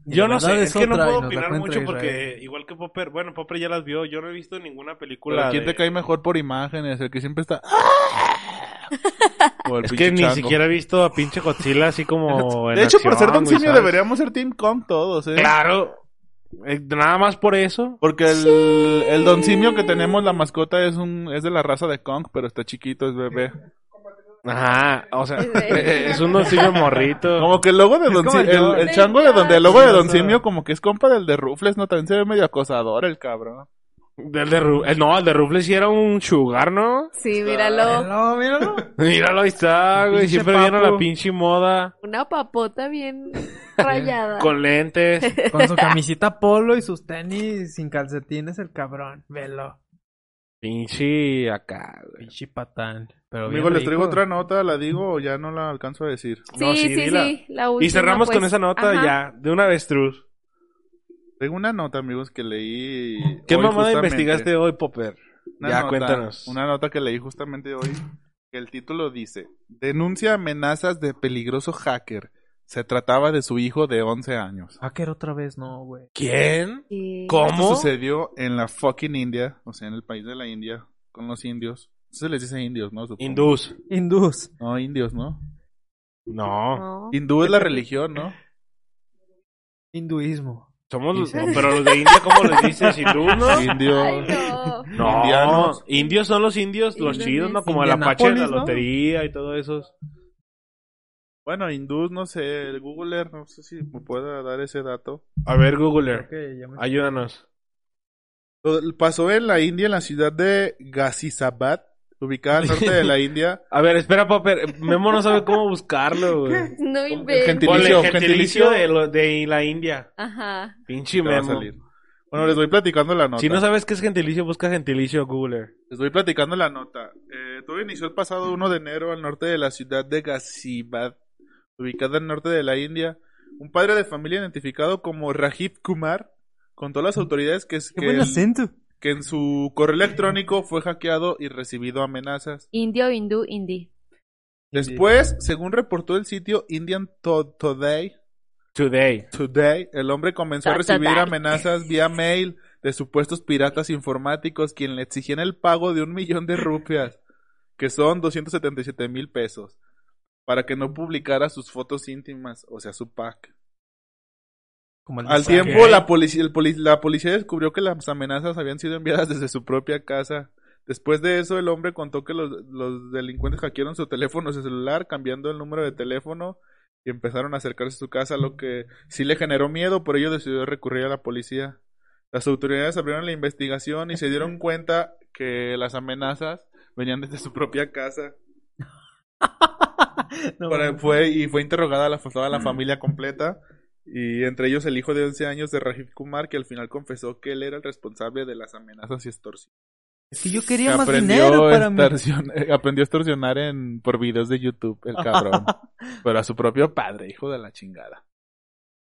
Speaker 3: Yo no
Speaker 4: La verdad
Speaker 3: sé, es que no
Speaker 4: otra y
Speaker 3: puedo
Speaker 4: nos la
Speaker 3: opinar
Speaker 4: cuenta
Speaker 3: mucho
Speaker 4: Israel.
Speaker 3: porque igual que Popper, bueno, Popper ya las vio, yo no he visto ninguna película
Speaker 6: pero ¿quién
Speaker 3: de-
Speaker 6: te cae mejor por imágenes? El que siempre está... O el
Speaker 3: Es
Speaker 6: pinche
Speaker 3: que ni
Speaker 6: chango.
Speaker 3: siquiera he visto a pinche Godzilla así como en
Speaker 6: De hecho, por
Speaker 3: acción,
Speaker 6: ser Don
Speaker 3: güey,
Speaker 6: Simio
Speaker 3: ¿sabes?
Speaker 6: deberíamos ser Team Kong todos, ¿eh?
Speaker 3: Claro. Eh, Nada más por eso.
Speaker 6: Porque el, el Don Simio que tenemos, la mascota, es un es de la raza de Kong, pero está chiquito, es bebé.
Speaker 3: Ajá, o sea,
Speaker 5: Es de-
Speaker 3: es un doncillo morrito.
Speaker 6: Como que el logo de
Speaker 4: Es
Speaker 6: Don
Speaker 4: como el
Speaker 6: Simio,
Speaker 4: Don.
Speaker 6: el, el chango de donde el logo
Speaker 4: Sí,
Speaker 6: de
Speaker 4: no
Speaker 6: Don
Speaker 4: sé.
Speaker 6: Simio como que es compa del de Rufles, ¿no? También se ve medio acosador el cabrón.
Speaker 3: El de Ru- el- no, el de Rufles sí era un sugar, ¿no?
Speaker 5: Sí, míralo.
Speaker 4: Míralo, míralo.
Speaker 3: Míralo, ahí está, güey.
Speaker 4: Pinche
Speaker 3: Siempre vieron
Speaker 4: papo.
Speaker 3: la pinche moda.
Speaker 5: Una papota bien rayada.
Speaker 3: Con lentes.
Speaker 4: Con su camisita polo y sus tenis sin calcetines, el cabrón. Velo.
Speaker 3: Pinche acá, güey.
Speaker 4: Pinche patán. Pero
Speaker 6: Amigo,
Speaker 4: bien
Speaker 6: les traigo
Speaker 4: rico.
Speaker 6: otra nota, la digo o ya no la alcanzo a decir.
Speaker 5: Sí,
Speaker 3: No, sí,
Speaker 5: sí, sí,
Speaker 3: dila.
Speaker 5: la última.
Speaker 3: Y cerramos con
Speaker 5: pues.
Speaker 3: esa nota
Speaker 5: Ajá.
Speaker 3: ya, de una vez, Truz.
Speaker 6: Tengo una nota, amigos, que leí.
Speaker 3: ¿Qué
Speaker 6: hoy
Speaker 3: mamada
Speaker 6: justamente.
Speaker 3: investigaste hoy, Popper?
Speaker 6: Una
Speaker 3: ya,
Speaker 6: nota,
Speaker 3: cuéntanos.
Speaker 6: Una nota que leí justamente hoy. Que el título dice: Denuncia amenazas de peligroso hacker. Se trataba de su hijo de 11 años.
Speaker 4: Hacker otra vez, no, güey.
Speaker 3: ¿Quién?
Speaker 5: Sí.
Speaker 3: ¿Cómo?
Speaker 6: Esto sucedió en la fucking India, o sea, en el país de la India, con los indios. Se les dice indios, ¿no? Supongo.
Speaker 3: Hindús.
Speaker 4: Indus.
Speaker 6: No, indios, ¿no?
Speaker 3: No.
Speaker 5: No.
Speaker 6: Hindú es la religión, ¿no?
Speaker 4: Hinduismo.
Speaker 3: Somos los,
Speaker 4: Sí, sí.
Speaker 3: pero los de India, ¿cómo les dices? ¿Hindús, no?
Speaker 6: Indios.
Speaker 5: Ay, no.
Speaker 3: No,
Speaker 6: Indianos.
Speaker 3: indios son los indios, los
Speaker 5: Indios,
Speaker 3: chidos, ¿no?
Speaker 5: sí.
Speaker 3: Como el apache de la
Speaker 4: Indianápolis, ¿no?
Speaker 3: lotería y todo eso.
Speaker 6: Bueno, hindú, no sé, el Googler, no sé si me pueda dar ese dato.
Speaker 3: A ver, Googler,
Speaker 4: Creo que ya me-
Speaker 3: ayúdanos.
Speaker 6: Lo- Pasó en la India, en la ciudad de Ghaziabad, ubicada al norte de la India.
Speaker 3: A ver, espera, Popper. Memo no sabe cómo buscarlo, güey.
Speaker 5: No
Speaker 6: Gentilicio,
Speaker 5: inventes.
Speaker 3: Ponle
Speaker 6: gentilicio.
Speaker 3: gentilicio de, lo- de la India.
Speaker 5: Ajá.
Speaker 3: Pinche
Speaker 6: Te va a
Speaker 3: Memo.
Speaker 6: salir. Bueno, les voy platicando la nota.
Speaker 3: Si no sabes qué es gentilicio, busca gentilicio, Googler.
Speaker 6: Les voy platicando la nota. Eh, todo inició el pasado 1 de enero al norte de la ciudad de Ghaziabad, ubicada al norte de la India. Un padre de familia identificado como Rajiv Kumar contó a las autoridades que, es-
Speaker 4: Qué
Speaker 6: que
Speaker 4: buen
Speaker 6: el-
Speaker 4: acento.
Speaker 6: que en su correo electrónico fue hackeado y recibido amenazas.
Speaker 5: Indio, hindú, indí.
Speaker 6: Después, según reportó el sitio Indian To- Today,
Speaker 3: Today.
Speaker 6: Today, el hombre comenzó a
Speaker 5: Ta- ta-
Speaker 6: recibir
Speaker 5: ta.
Speaker 6: amenazas vía mail de supuestos piratas informáticos quien le exigían el pago de un millón de rupias, que son 277 mil pesos, para que no publicara sus fotos íntimas, o sea, su pack.
Speaker 4: Como el de
Speaker 6: Al
Speaker 4: Zack.
Speaker 6: tiempo, la policía, el poli- la policía descubrió que las amenazas habían sido enviadas desde su propia casa. Después de eso, el hombre contó que los, los delincuentes hackearon su teléfono, su celular, cambiando el número de teléfono y empezaron a acercarse a su casa, lo que sí le generó miedo, pero ello decidió recurrir a la policía. Las autoridades abrieron la investigación y se dieron cuenta que las amenazas venían desde su propia casa.
Speaker 4: No,
Speaker 6: Por-
Speaker 4: mames.
Speaker 6: fue, y fue interrogada la, toda la familia completa. Y entre ellos el hijo de 11 años de Rajiv Kumar, que al final confesó que él era el responsable de las amenazas y extorsiones.
Speaker 4: Es que yo quería más
Speaker 6: Aprendió
Speaker 4: dinero para mí.
Speaker 6: extorsion- eh, aprendió a extorsionar en, por videos de YouTube, el cabrón. pero a su propio padre, hijo de la chingada.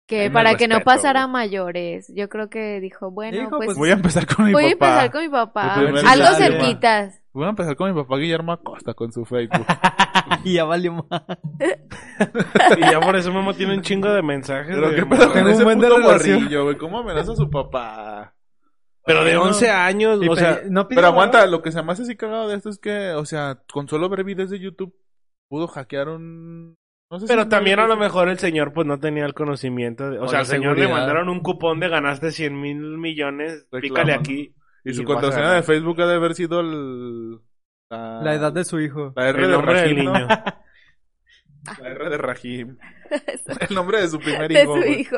Speaker 5: Que
Speaker 6: Denme
Speaker 5: para que no
Speaker 6: respeto,
Speaker 5: pasara a
Speaker 6: güey.
Speaker 5: mayores. Yo creo que dijo, bueno,
Speaker 4: Dijo,
Speaker 5: pues,
Speaker 4: pues,
Speaker 6: Voy a empezar con mi
Speaker 5: voy a
Speaker 6: papá.
Speaker 5: empezar con mi papá.
Speaker 6: El primer
Speaker 5: Algo
Speaker 4: salario.
Speaker 5: cerquitas.
Speaker 6: Voy a empezar con mi papá Guillermo Acosta con su Facebook.
Speaker 4: Y ya valió más.
Speaker 3: Y ya por eso Memo tiene un chingo de mensajes.
Speaker 6: pero
Speaker 3: de
Speaker 6: qué
Speaker 3: morra.
Speaker 6: pedo con
Speaker 4: Tengo
Speaker 6: ese
Speaker 4: un buen de
Speaker 6: puto
Speaker 4: relación.
Speaker 6: morrillo, güey. ¿Cómo amenaza a su papá?
Speaker 3: Pero de 11 años,
Speaker 4: Y
Speaker 3: o sea,
Speaker 4: pe- no pidió
Speaker 6: Pero aguanta,
Speaker 4: nada.
Speaker 6: lo que se me hace así cagado de esto es que, o sea, con solo ver videos de YouTube pudo hackear un... No sé si
Speaker 3: Pero
Speaker 6: un-
Speaker 3: también a lo mejor el señor pues no tenía el conocimiento. de- o,
Speaker 6: O
Speaker 3: sea,
Speaker 6: la
Speaker 3: al señor le
Speaker 6: seguridad.
Speaker 3: mandaron un cupón de ganaste 100 mil millones, pícale
Speaker 6: Reclamando.
Speaker 3: aquí.
Speaker 6: Y
Speaker 3: y
Speaker 6: su
Speaker 3: vas a
Speaker 6: contraseña
Speaker 3: ganar.
Speaker 6: de Facebook ha de haber sido el... La,
Speaker 4: La edad de su hijo.
Speaker 6: La R
Speaker 3: El
Speaker 6: de
Speaker 3: nombre del
Speaker 6: Rahim,
Speaker 3: niño.
Speaker 6: ¿no? La R de Rahim. el nombre de su primer
Speaker 5: De
Speaker 6: hijo.
Speaker 5: su
Speaker 6: güey.
Speaker 5: hijo.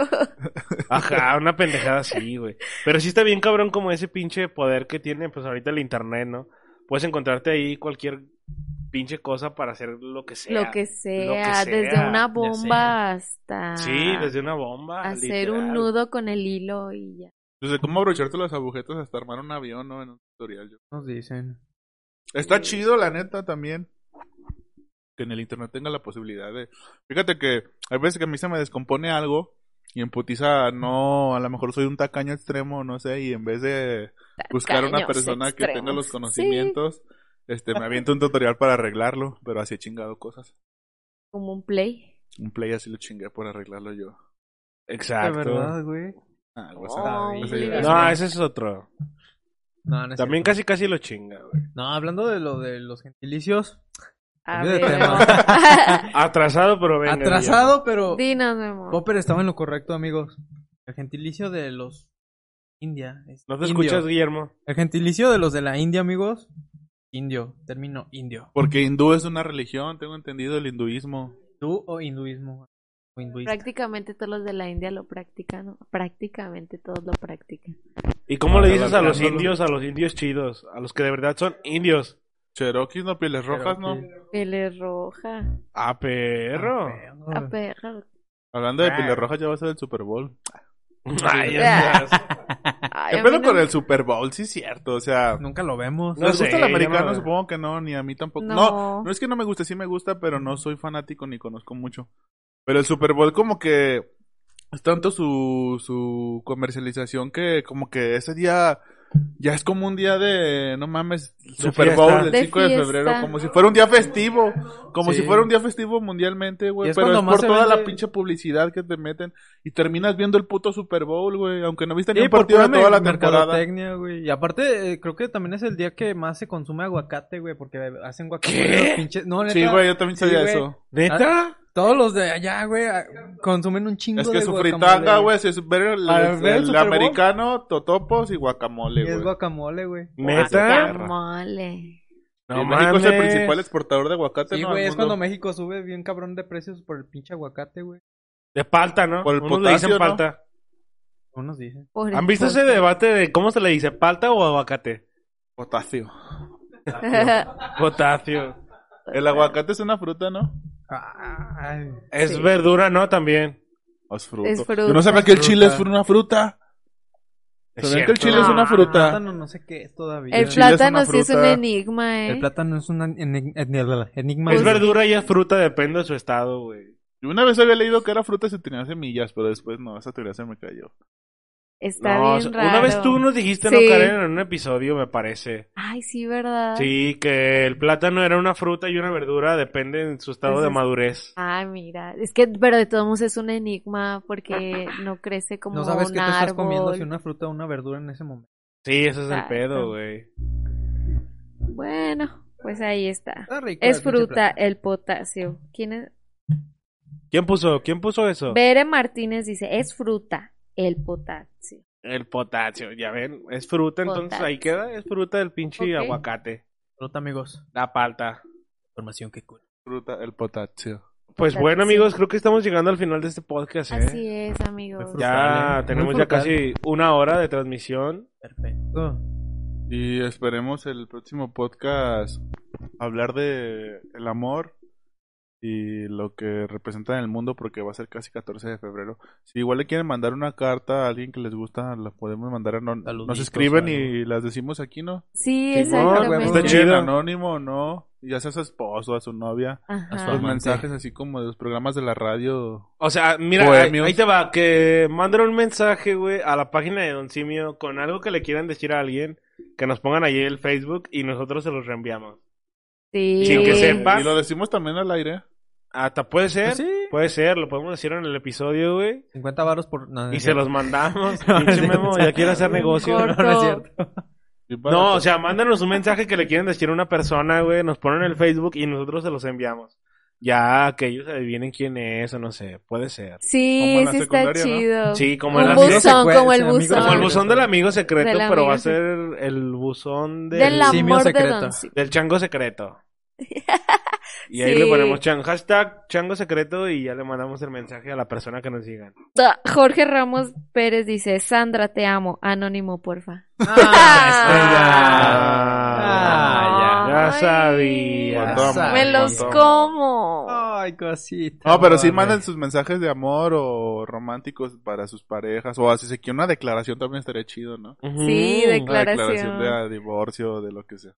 Speaker 3: Ajá, una pendejada así, güey. Pero sí está bien cabrón como ese pinche poder que tiene pues ahorita el internet, ¿no? Puedes encontrarte ahí cualquier pinche cosa para hacer lo que sea.
Speaker 5: Lo que sea, desde
Speaker 3: sea, ya
Speaker 5: una bomba hasta
Speaker 3: Sí, desde una bomba.
Speaker 5: hacer un
Speaker 3: literal.
Speaker 5: nudo con el hilo y ya.
Speaker 6: Desde cómo abrocharte las agujetas hasta armar un avión, ¿no? En un tutorial. yo-
Speaker 4: Nos dicen.
Speaker 6: Está chido, la neta, también. Que en el internet tenga la posibilidad de... Fíjate que hay veces que a mí se me descompone algo y en putiza no, a lo mejor soy un tacaño extremo, no sé, y en vez de buscar una
Speaker 5: Tacaños
Speaker 6: persona que tenga los
Speaker 5: extremos.
Speaker 6: conocimientos, este, me aviento un tutorial para arreglarlo, pero así he chingado cosas.
Speaker 5: Sí, como un play.
Speaker 6: Un play así lo chingué por arreglarlo yo.
Speaker 4: De
Speaker 3: Exacto.
Speaker 4: verdad, güey.
Speaker 6: Ah,
Speaker 5: Oh,
Speaker 6: no
Speaker 5: mira.
Speaker 3: no, ese es otro.
Speaker 4: No, no es
Speaker 3: También
Speaker 4: cierto.
Speaker 3: casi casi lo chinga, güey.
Speaker 4: No, hablando de lo de los gentilicios.
Speaker 5: A
Speaker 4: Cambio de
Speaker 5: ver,
Speaker 4: tema.
Speaker 5: Memo.
Speaker 3: Atrasado, pero venga.
Speaker 4: atrasado, pero.
Speaker 5: Dinos, Memo.
Speaker 4: Popper estaba en lo correcto, amigos. El gentilicio de los. India. es
Speaker 3: ¿No te
Speaker 4: indio.
Speaker 3: escuchas, Guillermo?
Speaker 4: El gentilicio de los de la India, amigos. Indio. Término indio.
Speaker 6: Porque hindú es una religión, tengo entendido el hinduismo.
Speaker 4: ¿Tú o hinduismo? O hinduista.
Speaker 5: Prácticamente todos los de la India lo practican. ¿no? Prácticamente todos lo practican.
Speaker 3: ¿Y cómo le
Speaker 6: Ah,
Speaker 3: dices a los
Speaker 6: balanceándolo.
Speaker 3: indios, a los indios chidos? A los que de verdad son indios.
Speaker 6: Cherokees, no, pieles rojas, no.
Speaker 4: Cherokee.
Speaker 5: Piel es roja.
Speaker 3: Ah, perro.
Speaker 4: Perro.
Speaker 5: A perra.
Speaker 6: Hablando de
Speaker 3: Ah.
Speaker 6: pieles rojas, ya va a ser el Super Bowl.
Speaker 3: Ay, ya sabes.
Speaker 5: Ay,
Speaker 6: ¿Qué
Speaker 5: a mí
Speaker 6: pedo
Speaker 5: no-
Speaker 6: con el Super Bowl? Sí, es cierto. O sea,
Speaker 4: Pues Nunca lo vemos.
Speaker 6: ¿nos
Speaker 3: sé,
Speaker 6: gusta el
Speaker 3: yo no
Speaker 6: americano?
Speaker 3: lo-
Speaker 6: Supongo que no, ni a mí tampoco. No.
Speaker 5: No.
Speaker 6: no, es que no me guste, sí me gusta, pero no soy fanático ni conozco mucho. Pero el Super Bowl, como que es tanto su, su comercialización que, como que ese día. Ya es como un día de, no mames, Super
Speaker 3: fiesta.
Speaker 6: Bowl el
Speaker 5: De
Speaker 6: 5 de
Speaker 5: fiesta.
Speaker 6: febrero, como si fuera un día festivo, como
Speaker 4: Sí.
Speaker 6: si fuera un día festivo mundialmente,
Speaker 4: Y
Speaker 6: güey,
Speaker 4: es
Speaker 6: pero
Speaker 4: cuando
Speaker 6: es
Speaker 4: más
Speaker 6: por
Speaker 4: se
Speaker 6: toda la
Speaker 4: vende-
Speaker 6: pinche publicidad que te meten y terminas viendo el puto Super Bowl, güey, aunque no viste ni
Speaker 4: Sí,
Speaker 6: un partido de
Speaker 4: pura
Speaker 6: toda la
Speaker 4: mer-
Speaker 6: temporada.
Speaker 4: mercadotecnia, güey. Y aparte, eh, creo que también es el día que más se consume aguacate, güey, porque hacen
Speaker 3: ¿Qué?
Speaker 4: guacamole. los pinches- No, neta,
Speaker 6: Sí, güey, yo también
Speaker 4: Sí,
Speaker 6: sabía
Speaker 4: güey.
Speaker 6: eso.
Speaker 3: ¿Neta?
Speaker 4: Todos los de allá, güey, a- consumen un chingo
Speaker 6: Es
Speaker 4: de
Speaker 6: que su
Speaker 4: guacamole,
Speaker 6: fritanga, güey, si es ver el,
Speaker 4: Para
Speaker 6: el-
Speaker 4: ver el
Speaker 6: el
Speaker 4: Super Bowl.
Speaker 6: americano, totopos y guacamole,
Speaker 4: Y es
Speaker 6: güey.
Speaker 4: guacamole, güey.
Speaker 5: Ah,
Speaker 3: ¿Neta?
Speaker 5: Guacamole.
Speaker 6: Y México es el
Speaker 3: mames.
Speaker 6: principal exportador de
Speaker 4: Sí,
Speaker 6: aguacate, Este ¿no?
Speaker 4: güey,
Speaker 6: Al
Speaker 4: es cuando
Speaker 6: mundo.
Speaker 4: México sube bien cabrón de precios por el pinche aguacate, güey.
Speaker 3: De palta, ¿no?
Speaker 6: Por el
Speaker 3: Unos le dicen
Speaker 6: potasio, ¿no?
Speaker 3: palta.
Speaker 4: Unos dicen.
Speaker 5: Por
Speaker 3: ¿Han visto ese debate de cómo se le dice palta o aguacate?
Speaker 6: Potasio.
Speaker 3: Potasio.
Speaker 6: El aguacate es una fruta, ¿no?
Speaker 4: Ay,
Speaker 3: Es
Speaker 5: Sí.
Speaker 3: verdura, ¿no? También.
Speaker 6: ¿O es fruta?
Speaker 5: Es fruta.
Speaker 6: Yo no sabía que el
Speaker 4: Fruta.
Speaker 6: chile es fru- una fruta.
Speaker 3: Es
Speaker 6: Sabía que el
Speaker 3: cierto.
Speaker 6: chile es una fruta.
Speaker 4: plátano no sé qué es todavía.
Speaker 5: El
Speaker 6: chile es una
Speaker 5: plátano sí es un
Speaker 6: fruta.
Speaker 5: enigma, ¿eh?
Speaker 4: El plátano es un en- en- en- enigma.
Speaker 3: Es
Speaker 4: güey.
Speaker 3: verdura y es fruta, depende de su estado, güey.
Speaker 6: Yo una vez había leído que era fruta si tenía semillas, pero después no, esa teoría se me cayó.
Speaker 5: Está
Speaker 3: No, o sea,
Speaker 5: bien raro.
Speaker 3: Una vez tú nos dijiste, ¿no,
Speaker 5: Sí. Ah.
Speaker 3: Karen? En un episodio, me parece.
Speaker 5: Ay, sí, ¿verdad?
Speaker 3: Sí, que el plátano era una fruta y una verdura, depende de su estado de
Speaker 5: Entonces-
Speaker 3: madurez.
Speaker 5: Ay, mira. Es que, pero de todos modos es un enigma porque no crece como
Speaker 4: No sabes
Speaker 5: un
Speaker 4: qué te
Speaker 5: árbol.
Speaker 4: estás comiendo, si una fruta o una verdura en ese momento.
Speaker 3: Sí, ese es el
Speaker 5: Exacto.
Speaker 3: pedo, güey.
Speaker 5: Bueno, pues ahí está.
Speaker 4: Está rico
Speaker 5: Es
Speaker 4: el pinche
Speaker 5: fruta
Speaker 4: plátano.
Speaker 5: el potasio. ¿Quién es?
Speaker 3: ¿Quién puso? ¿Quién puso eso?
Speaker 5: Bere Martínez dice, es fruta el potasio.
Speaker 3: El potasio, ya ven, es fruta, entonces
Speaker 5: Potasio.
Speaker 3: ahí queda, es fruta del pinche
Speaker 5: Ok.
Speaker 3: aguacate,
Speaker 4: Fruta, amigos.
Speaker 3: la palta.
Speaker 4: Información que cura.
Speaker 6: Fruta, el potasio.
Speaker 3: Pues
Speaker 5: Potasio.
Speaker 3: bueno, amigos, creo que estamos llegando al final de este podcast, ¿eh?
Speaker 5: Así es, amigos.
Speaker 4: Muy
Speaker 3: Ya
Speaker 4: Frutal, ¿eh?
Speaker 3: tenemos
Speaker 4: Muy
Speaker 3: ya
Speaker 4: frutal.
Speaker 3: casi una hora de transmisión.
Speaker 4: Perfecto.
Speaker 6: Y esperemos el próximo podcast hablar de el amor y lo que representa en el mundo porque va a ser casi 14 de febrero. Si igual le quieren mandar una carta a alguien que les gusta, la podemos mandar. a- no- nos
Speaker 4: Saluditos
Speaker 6: escriben
Speaker 4: o algo.
Speaker 6: y las decimos aquí, ¿no?
Speaker 4: Sí,
Speaker 5: Sí,
Speaker 4: no,
Speaker 5: exactamente.
Speaker 4: huevo.
Speaker 6: pues Está
Speaker 4: Sí.
Speaker 6: chido. Anónimo, ¿no? Y Ya sea a su esposo, a su novia.
Speaker 5: Ajá.
Speaker 4: A su
Speaker 6: Los
Speaker 4: Amante.
Speaker 6: mensajes así como de los programas de la radio.
Speaker 3: O sea, mira,
Speaker 4: Pues,
Speaker 3: ahí,
Speaker 6: Bohemios.
Speaker 3: ahí te va, que manden un mensaje, güey, a la página de Don Simio con algo que le quieran decir a alguien, que nos pongan allí el Facebook y nosotros se los reenviamos.
Speaker 5: Sí.
Speaker 3: Sin que sepa.
Speaker 6: Y lo decimos también al aire.
Speaker 3: Hasta puede ser,
Speaker 4: Pues sí.
Speaker 3: puede ser, lo podemos decir en el episodio, güey.
Speaker 4: 50 varos por... no, no
Speaker 3: Y
Speaker 4: es
Speaker 3: se
Speaker 4: cierto.
Speaker 3: los mandamos.
Speaker 4: No,
Speaker 3: Pinche
Speaker 4: es
Speaker 3: Memo, ya
Speaker 4: cierto.
Speaker 3: quiere hacer
Speaker 5: Un
Speaker 3: negocio.
Speaker 4: No, no es cierto.
Speaker 6: Y para-
Speaker 3: No, o sea, mándanos un mensaje que le quieren decir a una persona, güey. Nos ponen en el Facebook y nosotros se los enviamos. Ya que ellos adivinen quién es o no sé, puede ser.
Speaker 6: Como
Speaker 5: Sí,
Speaker 6: en la
Speaker 5: sí está
Speaker 6: secundaria, ¿no?
Speaker 5: chido.
Speaker 3: Sí, como
Speaker 5: un
Speaker 3: el,
Speaker 4: amigo
Speaker 3: amigo,
Speaker 5: buzón,
Speaker 4: secue-
Speaker 5: como el
Speaker 4: amigo
Speaker 5: buzón.
Speaker 3: como el buzón del amigo secreto,
Speaker 5: Del
Speaker 3: pero va a
Speaker 5: amigo
Speaker 3: ser el buzón del,
Speaker 5: Del
Speaker 4: simio
Speaker 5: amor de
Speaker 4: secreto.
Speaker 5: Don Simio.
Speaker 3: del chango secreto. Y ahí le
Speaker 5: Sí.
Speaker 3: ponemos chan- hashtag chango secreto y ya le mandamos el mensaje a la persona que nos digan.
Speaker 5: Da- Jorge Ramos Pérez dice, Sandra, te amo. Anónimo, porfa.
Speaker 4: Ah,
Speaker 3: ya.
Speaker 5: Ay.
Speaker 3: sabía.
Speaker 6: Cuánto amor,
Speaker 4: ya.
Speaker 5: Me
Speaker 4: Ay,
Speaker 5: los
Speaker 6: cuánto amor.
Speaker 5: como.
Speaker 4: Ay, cosita.
Speaker 6: No, pero sí
Speaker 4: hombre.
Speaker 6: manden sus mensajes de amor o románticos para sus parejas. O así se quiere una declaración también estaría chido, ¿no?
Speaker 5: Sí,
Speaker 3: Ujú.
Speaker 5: de
Speaker 6: Una
Speaker 5: Declaración.
Speaker 6: declaración de ah, divorcio, de lo que sea.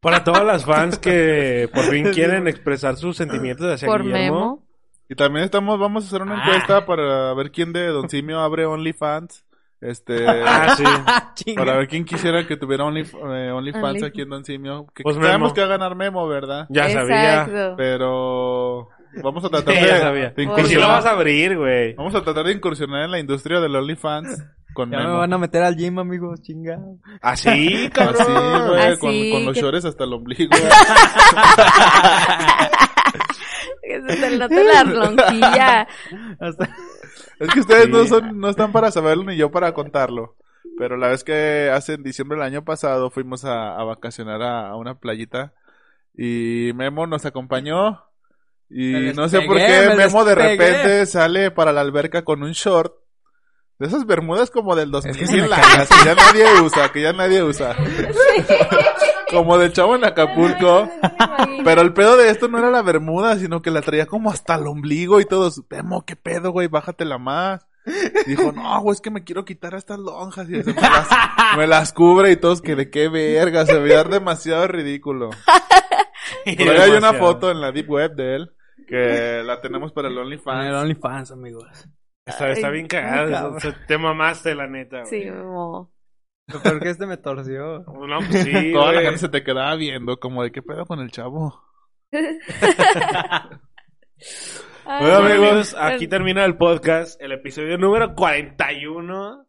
Speaker 3: Para todas las fans que por fin quieren expresar sus sentimientos hacia
Speaker 5: Por
Speaker 3: Guillermo.
Speaker 5: memo.
Speaker 6: Y también estamos, vamos a hacer una
Speaker 4: Ah.
Speaker 6: encuesta para ver quién de Don Simio abre OnlyFans. Este,
Speaker 3: Ah, sí.
Speaker 4: Ah, chinga.
Speaker 6: para ver quién quisiera que tuviera Only, eh, OnlyFans
Speaker 5: Only-
Speaker 6: aquí en Don Simio. Que
Speaker 3: Pues
Speaker 6: sabemos
Speaker 3: Memo.
Speaker 6: que va a ganar Memo, ¿verdad?
Speaker 3: Ya sabía.
Speaker 5: Exacto.
Speaker 6: Pero vamos a tratar
Speaker 3: Sí,
Speaker 6: de,
Speaker 3: ya sabía.
Speaker 6: de
Speaker 3: Y si lo vas
Speaker 6: incursionar.
Speaker 3: a abrir, güey.
Speaker 6: Vamos a tratar de incursionar en la industria del OnlyFans con
Speaker 4: Ya me
Speaker 6: Memo.
Speaker 4: van a meter al gym, amigos, chinga.
Speaker 3: Así,
Speaker 6: Así,
Speaker 3: cabrón.
Speaker 6: güey,
Speaker 5: Así,
Speaker 6: con, con los
Speaker 5: que-
Speaker 6: shorts hasta el ombligo.
Speaker 5: Que se te note la ronquilla.
Speaker 4: Hasta-
Speaker 6: Es que ustedes
Speaker 3: Sí.
Speaker 6: no son, no están para saberlo ni yo para contarlo. Pero la vez que hace en diciembre del año pasado fuimos a, a vacacionar a, a una playita y Memo nos acompañó y
Speaker 4: Me les
Speaker 6: no sé por
Speaker 4: pegué,
Speaker 6: qué
Speaker 4: me les
Speaker 6: Memo de
Speaker 4: pegué.
Speaker 6: repente sale para la alberca con un short de esas bermudas como del 2000
Speaker 4: que se me
Speaker 6: largas, que ya nadie usa, que ya nadie usa. como del chavo en Acapulco. Pero el pedo de esto no era la bermuda, sino que la traía como hasta el ombligo y todos, Memo, qué pedo, güey, bájatela más. Dijo, no, güey, es que me quiero quitar estas lonjas. Y se me, las, me las cubre y todos que de qué verga, se veía demasiado ridículo. Por ahí hay una
Speaker 3: Demasiado.
Speaker 6: foto en la deep web de él que la tenemos para el
Speaker 4: Con el
Speaker 6: OnlyFans.
Speaker 4: OnlyFans, amigos.
Speaker 3: Está, está bien cagado.
Speaker 4: cabrón.
Speaker 3: o sea, Te mamaste, la neta.
Speaker 5: Sí,
Speaker 3: güey.
Speaker 5: mo.
Speaker 4: Lo peor que este me torció.
Speaker 3: No, pues sí.
Speaker 6: Toda la
Speaker 3: güey.
Speaker 6: gente se te quedaba viendo como de qué pedo con el chavo.
Speaker 5: Ay,
Speaker 3: Bueno,
Speaker 5: no.
Speaker 3: amigos, aquí
Speaker 5: Pero-
Speaker 3: termina el podcast, el episodio número 41.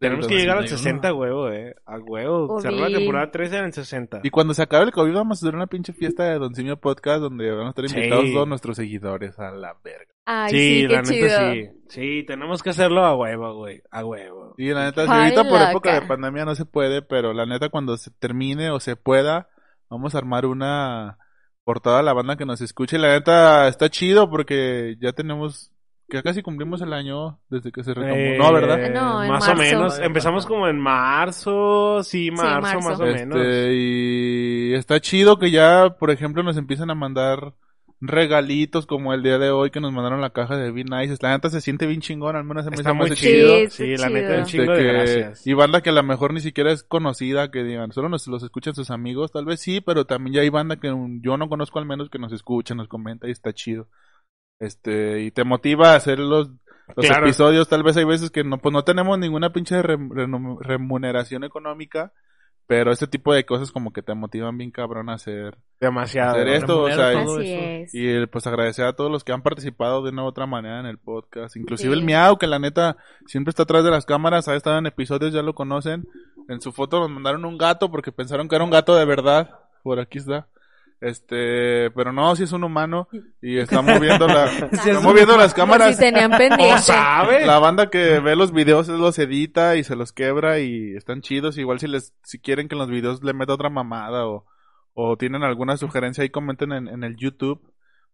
Speaker 3: Tenemos que llegar al
Speaker 4: 61.
Speaker 3: 60, huevo, eh. A huevo. Cerrar la
Speaker 5: Obvio.
Speaker 3: temporada 13 en el 60.
Speaker 6: Y cuando se acabe el COVID vamos a hacer una pinche fiesta de Don Simio Podcast donde van a estar
Speaker 3: Sí.
Speaker 6: invitados todos nuestros seguidores a la verga.
Speaker 5: Ay, sí, qué chido.
Speaker 3: sí. Sí, tenemos que hacerlo a huevo, güey. A huevo.
Speaker 6: Y la neta, si
Speaker 5: Ay,
Speaker 6: ahorita por época
Speaker 5: loca.
Speaker 6: de pandemia no se puede, pero la neta cuando se termine o se pueda, vamos a armar una portada a la banda que nos escuche. Y la neta está chido porque ya tenemos, ya casi cumplimos el año desde que se retomó.
Speaker 3: Eh,
Speaker 6: no, ¿verdad?
Speaker 5: No, en
Speaker 3: más o
Speaker 5: marzo.
Speaker 3: menos. Empezamos como en marzo. Sí, marzo,
Speaker 5: marzo.
Speaker 3: más o
Speaker 6: Este,
Speaker 3: menos.
Speaker 6: y está chido que ya, por ejemplo, nos empiezan a mandar regalitos como el día de hoy que nos mandaron la caja de Be Nice. La neta se siente bien chingón, al menos a mí se
Speaker 3: Está
Speaker 6: me
Speaker 3: muy
Speaker 6: hace
Speaker 3: chido.
Speaker 5: Sí,
Speaker 3: Sí,
Speaker 5: está
Speaker 3: la neta,
Speaker 5: chido.
Speaker 3: un chingo
Speaker 6: Este,
Speaker 3: de
Speaker 6: que-
Speaker 3: gracias.
Speaker 6: Y banda que a lo mejor ni siquiera es conocida, que digan, solo nos los escuchan sus amigos, tal vez sí, pero también ya hay banda que mm, yo no conozco al menos que nos escucha, nos comenta y está chido. Este, y te motiva a hacer los, los
Speaker 3: Claro.
Speaker 6: episodios, tal vez hay veces que no, pues no tenemos ninguna pinche rem- renu- remuneración económica, pero este tipo de cosas como que te motivan bien cabrón a hacer, a
Speaker 3: Demasiado.
Speaker 6: hacer esto, o sea,
Speaker 4: remunera
Speaker 6: y-
Speaker 4: todo
Speaker 5: Así
Speaker 4: eso.
Speaker 5: es.
Speaker 6: y eh, pues agradecer a todos los que han participado de una u otra manera en el podcast. Inclusive
Speaker 5: Sí.
Speaker 6: el Miau, que la neta siempre está atrás de las cámaras, ha estado en episodios, ya lo conocen. En su foto nos mandaron un gato porque pensaron que era un gato de verdad. Por aquí está. Este, pero no, si es un humano y está moviendo la,
Speaker 4: Este
Speaker 5: es
Speaker 6: está
Speaker 5: un
Speaker 6: moviendo las
Speaker 5: Por
Speaker 6: cámaras.
Speaker 5: si tenían pendiente.
Speaker 3: ¿O sabes?
Speaker 6: La banda que ve los videos él los edita y se los quebra y están chidos. Igual si les, si quieren que en los videos le meta otra mamada o, o tienen alguna sugerencia ahí comenten en, en el YouTube.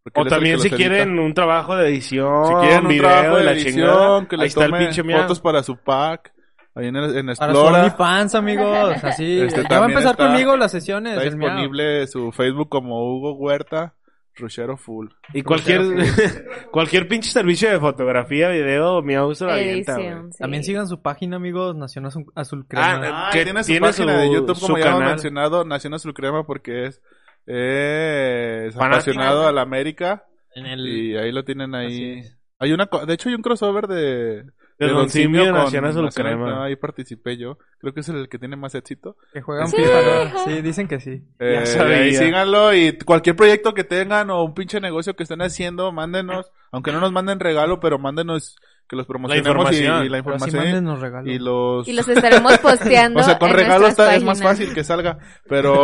Speaker 6: porque
Speaker 3: O
Speaker 6: él es el
Speaker 3: también
Speaker 6: que
Speaker 3: si
Speaker 6: los edita.
Speaker 3: quieren un trabajo de edición,
Speaker 6: si quieren un
Speaker 3: video
Speaker 6: trabajo de
Speaker 3: la
Speaker 6: edición,
Speaker 3: chingada,
Speaker 6: que
Speaker 3: ahí
Speaker 6: les
Speaker 3: está el
Speaker 6: tome
Speaker 3: pinche mía.
Speaker 6: fotos para su pack. Ahí en, el- en
Speaker 4: Para su
Speaker 6: Explora.
Speaker 4: OnlyFans, amigos. Así. ya
Speaker 6: Este,
Speaker 4: va a
Speaker 6: también
Speaker 4: empezar
Speaker 6: está-
Speaker 4: conmigo las sesiones.
Speaker 6: Está
Speaker 4: pues, el miau.
Speaker 6: disponible su Facebook como Hugo Huerta, Ruchero Full.
Speaker 3: Y cualquier, cualquier pinche servicio de fotografía, video, mi auto la avienta, güey.
Speaker 5: Edición, sí.
Speaker 4: También sigan su página, amigos. Nación Azul- Azul Crema.
Speaker 3: Ah,
Speaker 6: que
Speaker 3: que
Speaker 6: tiene su
Speaker 3: tiene
Speaker 6: página
Speaker 3: su-
Speaker 6: de YouTube,
Speaker 3: su
Speaker 6: como ya lo hemos
Speaker 3: canal.
Speaker 6: mencionado, Nación Azul Crema, porque es, eh, es
Speaker 3: Fanático.
Speaker 6: apasionado a la América.
Speaker 4: en el.
Speaker 6: Y ahí lo tienen
Speaker 4: Así
Speaker 6: ahí.
Speaker 4: es.
Speaker 6: Hay una, co- de hecho hay un crossover de,
Speaker 3: De Don Simio, Nación Azul
Speaker 6: Nación
Speaker 3: Crema.
Speaker 6: Ahí participé yo. Creo que es el que tiene más éxito.
Speaker 4: Que juegan
Speaker 6: Sí.
Speaker 4: FIFA, ¿no? Sí, dicen que sí.
Speaker 6: Eh,
Speaker 3: sabía.
Speaker 6: ahí síganlo y cualquier proyecto que tengan o un pinche negocio que estén haciendo, mándenos, aunque no nos manden regalo, pero mándenos que los promocionemos y-
Speaker 3: información.
Speaker 6: y,
Speaker 4: Pero
Speaker 6: la
Speaker 4: sí,
Speaker 6: información
Speaker 4: mándenos regalos.
Speaker 6: y los...
Speaker 5: Y los estaremos posteando.
Speaker 6: o sea, con
Speaker 5: en
Speaker 6: regalo
Speaker 5: nuestras
Speaker 6: está- es más
Speaker 5: páginas.
Speaker 6: fácil que salga, pero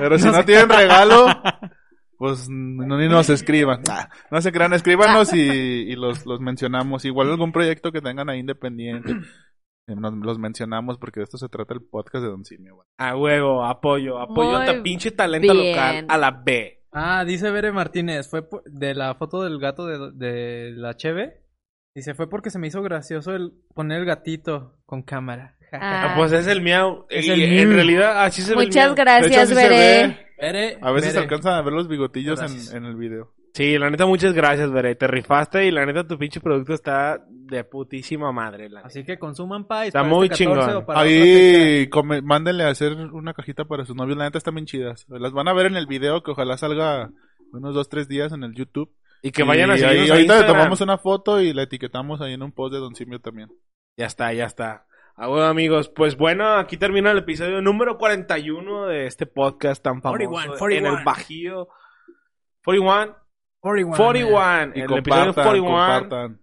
Speaker 6: pero si no tienen regalo, pues no, ni nos escriban. Ah, No se crean, escríbanos y, y los, los mencionamos. Igual algún proyecto que tengan ahí independiente, eh, nos- los mencionamos porque de esto se trata el podcast de Don Simio. güey.
Speaker 3: A huevo, apoyo, apoyo
Speaker 5: Muy
Speaker 3: a tu pinche talento
Speaker 5: bien.
Speaker 3: local, a la B.
Speaker 4: Ah, dice Bere Martínez, fue por- de la foto del gato de, de la Cheve. Dice, fue porque se me hizo gracioso el poner el gatito con cámara. Ja, ja.
Speaker 5: Ah,
Speaker 3: Ah, pues es el miau.
Speaker 4: Es
Speaker 3: Y
Speaker 4: el
Speaker 3: en
Speaker 4: miau.
Speaker 3: realidad así se ve el
Speaker 5: Muchas
Speaker 3: miau.
Speaker 6: De hecho,
Speaker 5: gracias,
Speaker 6: sí se
Speaker 5: Veré.
Speaker 6: ve.
Speaker 4: Bere,
Speaker 6: A veces
Speaker 4: Bere.
Speaker 6: alcanzan a ver los bigotillos
Speaker 4: Gracias.
Speaker 6: en, en el video.
Speaker 3: Sí, la neta, muchas gracias, Bere. Te rifaste y la neta, tu pinche producto está de putísima madre. La neta.
Speaker 4: Así que consuman pais.
Speaker 3: Está
Speaker 4: para
Speaker 3: muy
Speaker 4: este 14
Speaker 3: chingón.
Speaker 4: o para otra fecha.
Speaker 6: Ahí come- mándenle a hacer una cajita para sus novios. La neta están bien chidas. Las van a ver en el video que ojalá salga unos dos, tres días en el YouTube.
Speaker 3: y que vayan a
Speaker 6: Y
Speaker 3: seguirnos
Speaker 6: ahí-
Speaker 3: a
Speaker 6: ahorita le
Speaker 3: Instagram.
Speaker 6: tomamos una foto y la etiquetamos ahí en un post de Don Simio también.
Speaker 3: Ya está, ya está. Ah, bueno, amigos, pues bueno, aquí termina el episodio número 41 de este podcast tan famoso
Speaker 4: 41, 41.
Speaker 3: en el Bajío. 41,
Speaker 4: 41.
Speaker 3: 41,
Speaker 6: Y
Speaker 3: el
Speaker 6: eh, compartan,
Speaker 3: episodio 41.
Speaker 6: compartan.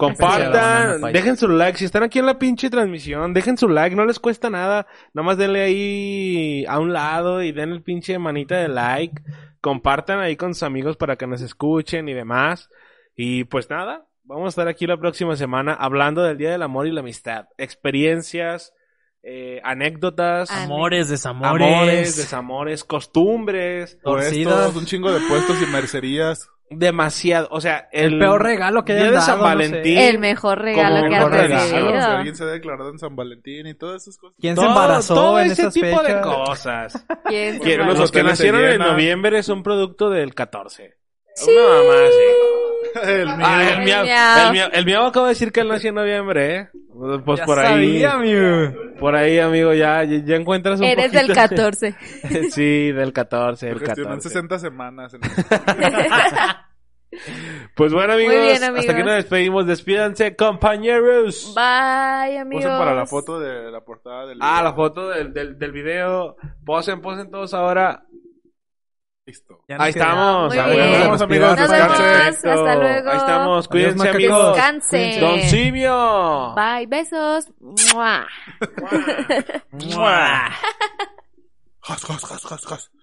Speaker 3: Compartan,
Speaker 4: Especial.
Speaker 3: dejen su like. Si están aquí en la pinche transmisión, dejen su like, no les cuesta nada. Nada más denle ahí a un lado y den el pinche manita de like. Compartan ahí con sus amigos para que nos escuchen y demás. Y pues nada, vamos a estar aquí la próxima semana hablando del Día del Amor y la Amistad. Experiencias, eh, anécdotas,
Speaker 5: Ah,
Speaker 4: Amores, desamores.
Speaker 3: amores, desamores, costumbres.
Speaker 4: Torcidas.
Speaker 6: Puestos, Pues, un chingo de puestos y mercerías.
Speaker 3: Demasiado, o sea, el,
Speaker 4: El peor regalo que hayan
Speaker 3: Día de
Speaker 4: dado.
Speaker 3: San
Speaker 4: no sé.
Speaker 3: Valentín.
Speaker 5: El mejor regalo
Speaker 3: Como
Speaker 5: que
Speaker 3: mejor
Speaker 5: has
Speaker 3: regalo.
Speaker 6: Si
Speaker 5: recibido.
Speaker 6: alguien se ha declarado en San Valentín y todas esas cosas.
Speaker 4: ¿Quién
Speaker 3: todo-
Speaker 4: se embarazó
Speaker 3: todo
Speaker 4: en
Speaker 3: ese
Speaker 4: esas
Speaker 3: tipo de
Speaker 4: fechas?
Speaker 3: cosas.
Speaker 5: ¿Quién se
Speaker 3: Que
Speaker 5: va?
Speaker 6: Los
Speaker 3: los que
Speaker 6: hoteles se
Speaker 3: nacieron en
Speaker 6: llenan.
Speaker 3: noviembre son producto del 14.
Speaker 5: Sí.
Speaker 3: Una mamá, sí.
Speaker 6: El mío.
Speaker 3: Ah, el
Speaker 5: El
Speaker 3: miau.
Speaker 5: miau.
Speaker 3: El miau. El miau acaba de decir que él nació en noviembre, ¿eh? Pues por ahí.
Speaker 4: Miu.
Speaker 3: Por ahí, amigo, ya, ya ya encuentras un
Speaker 5: Eres
Speaker 3: poquito
Speaker 5: del 14.
Speaker 3: de- sí, del 14, el
Speaker 6: Porque estoy en
Speaker 3: 14.
Speaker 6: 60 semanas. en-
Speaker 3: Pues bueno, amigos,
Speaker 5: bien,
Speaker 3: hasta aquí
Speaker 5: amigos.
Speaker 3: nos despedimos. Despídanse, compañeros.
Speaker 5: Bye, amigos.
Speaker 6: Posen para la foto de la portada del
Speaker 3: Ah,
Speaker 6: libro.
Speaker 3: la foto del, del, del video. Posen, posen todos ahora.
Speaker 6: Listo.
Speaker 4: Ya no
Speaker 3: Ahí
Speaker 4: queda.
Speaker 3: estamos.
Speaker 5: Muy
Speaker 3: Ah,
Speaker 5: bien.
Speaker 3: bueno,
Speaker 6: Nos vemos,
Speaker 5: Nos
Speaker 6: amigos.
Speaker 5: vemos.
Speaker 3: Perfecto.
Speaker 5: Hasta luego.
Speaker 3: Ahí estamos. Cuídense,
Speaker 4: Adiós,
Speaker 3: amigos.
Speaker 4: macaquitos.
Speaker 5: Descansen.
Speaker 3: Don Simio.
Speaker 5: Bye, besos. Mua.
Speaker 3: Mua.
Speaker 6: Jas, jas, jas, jas, jas.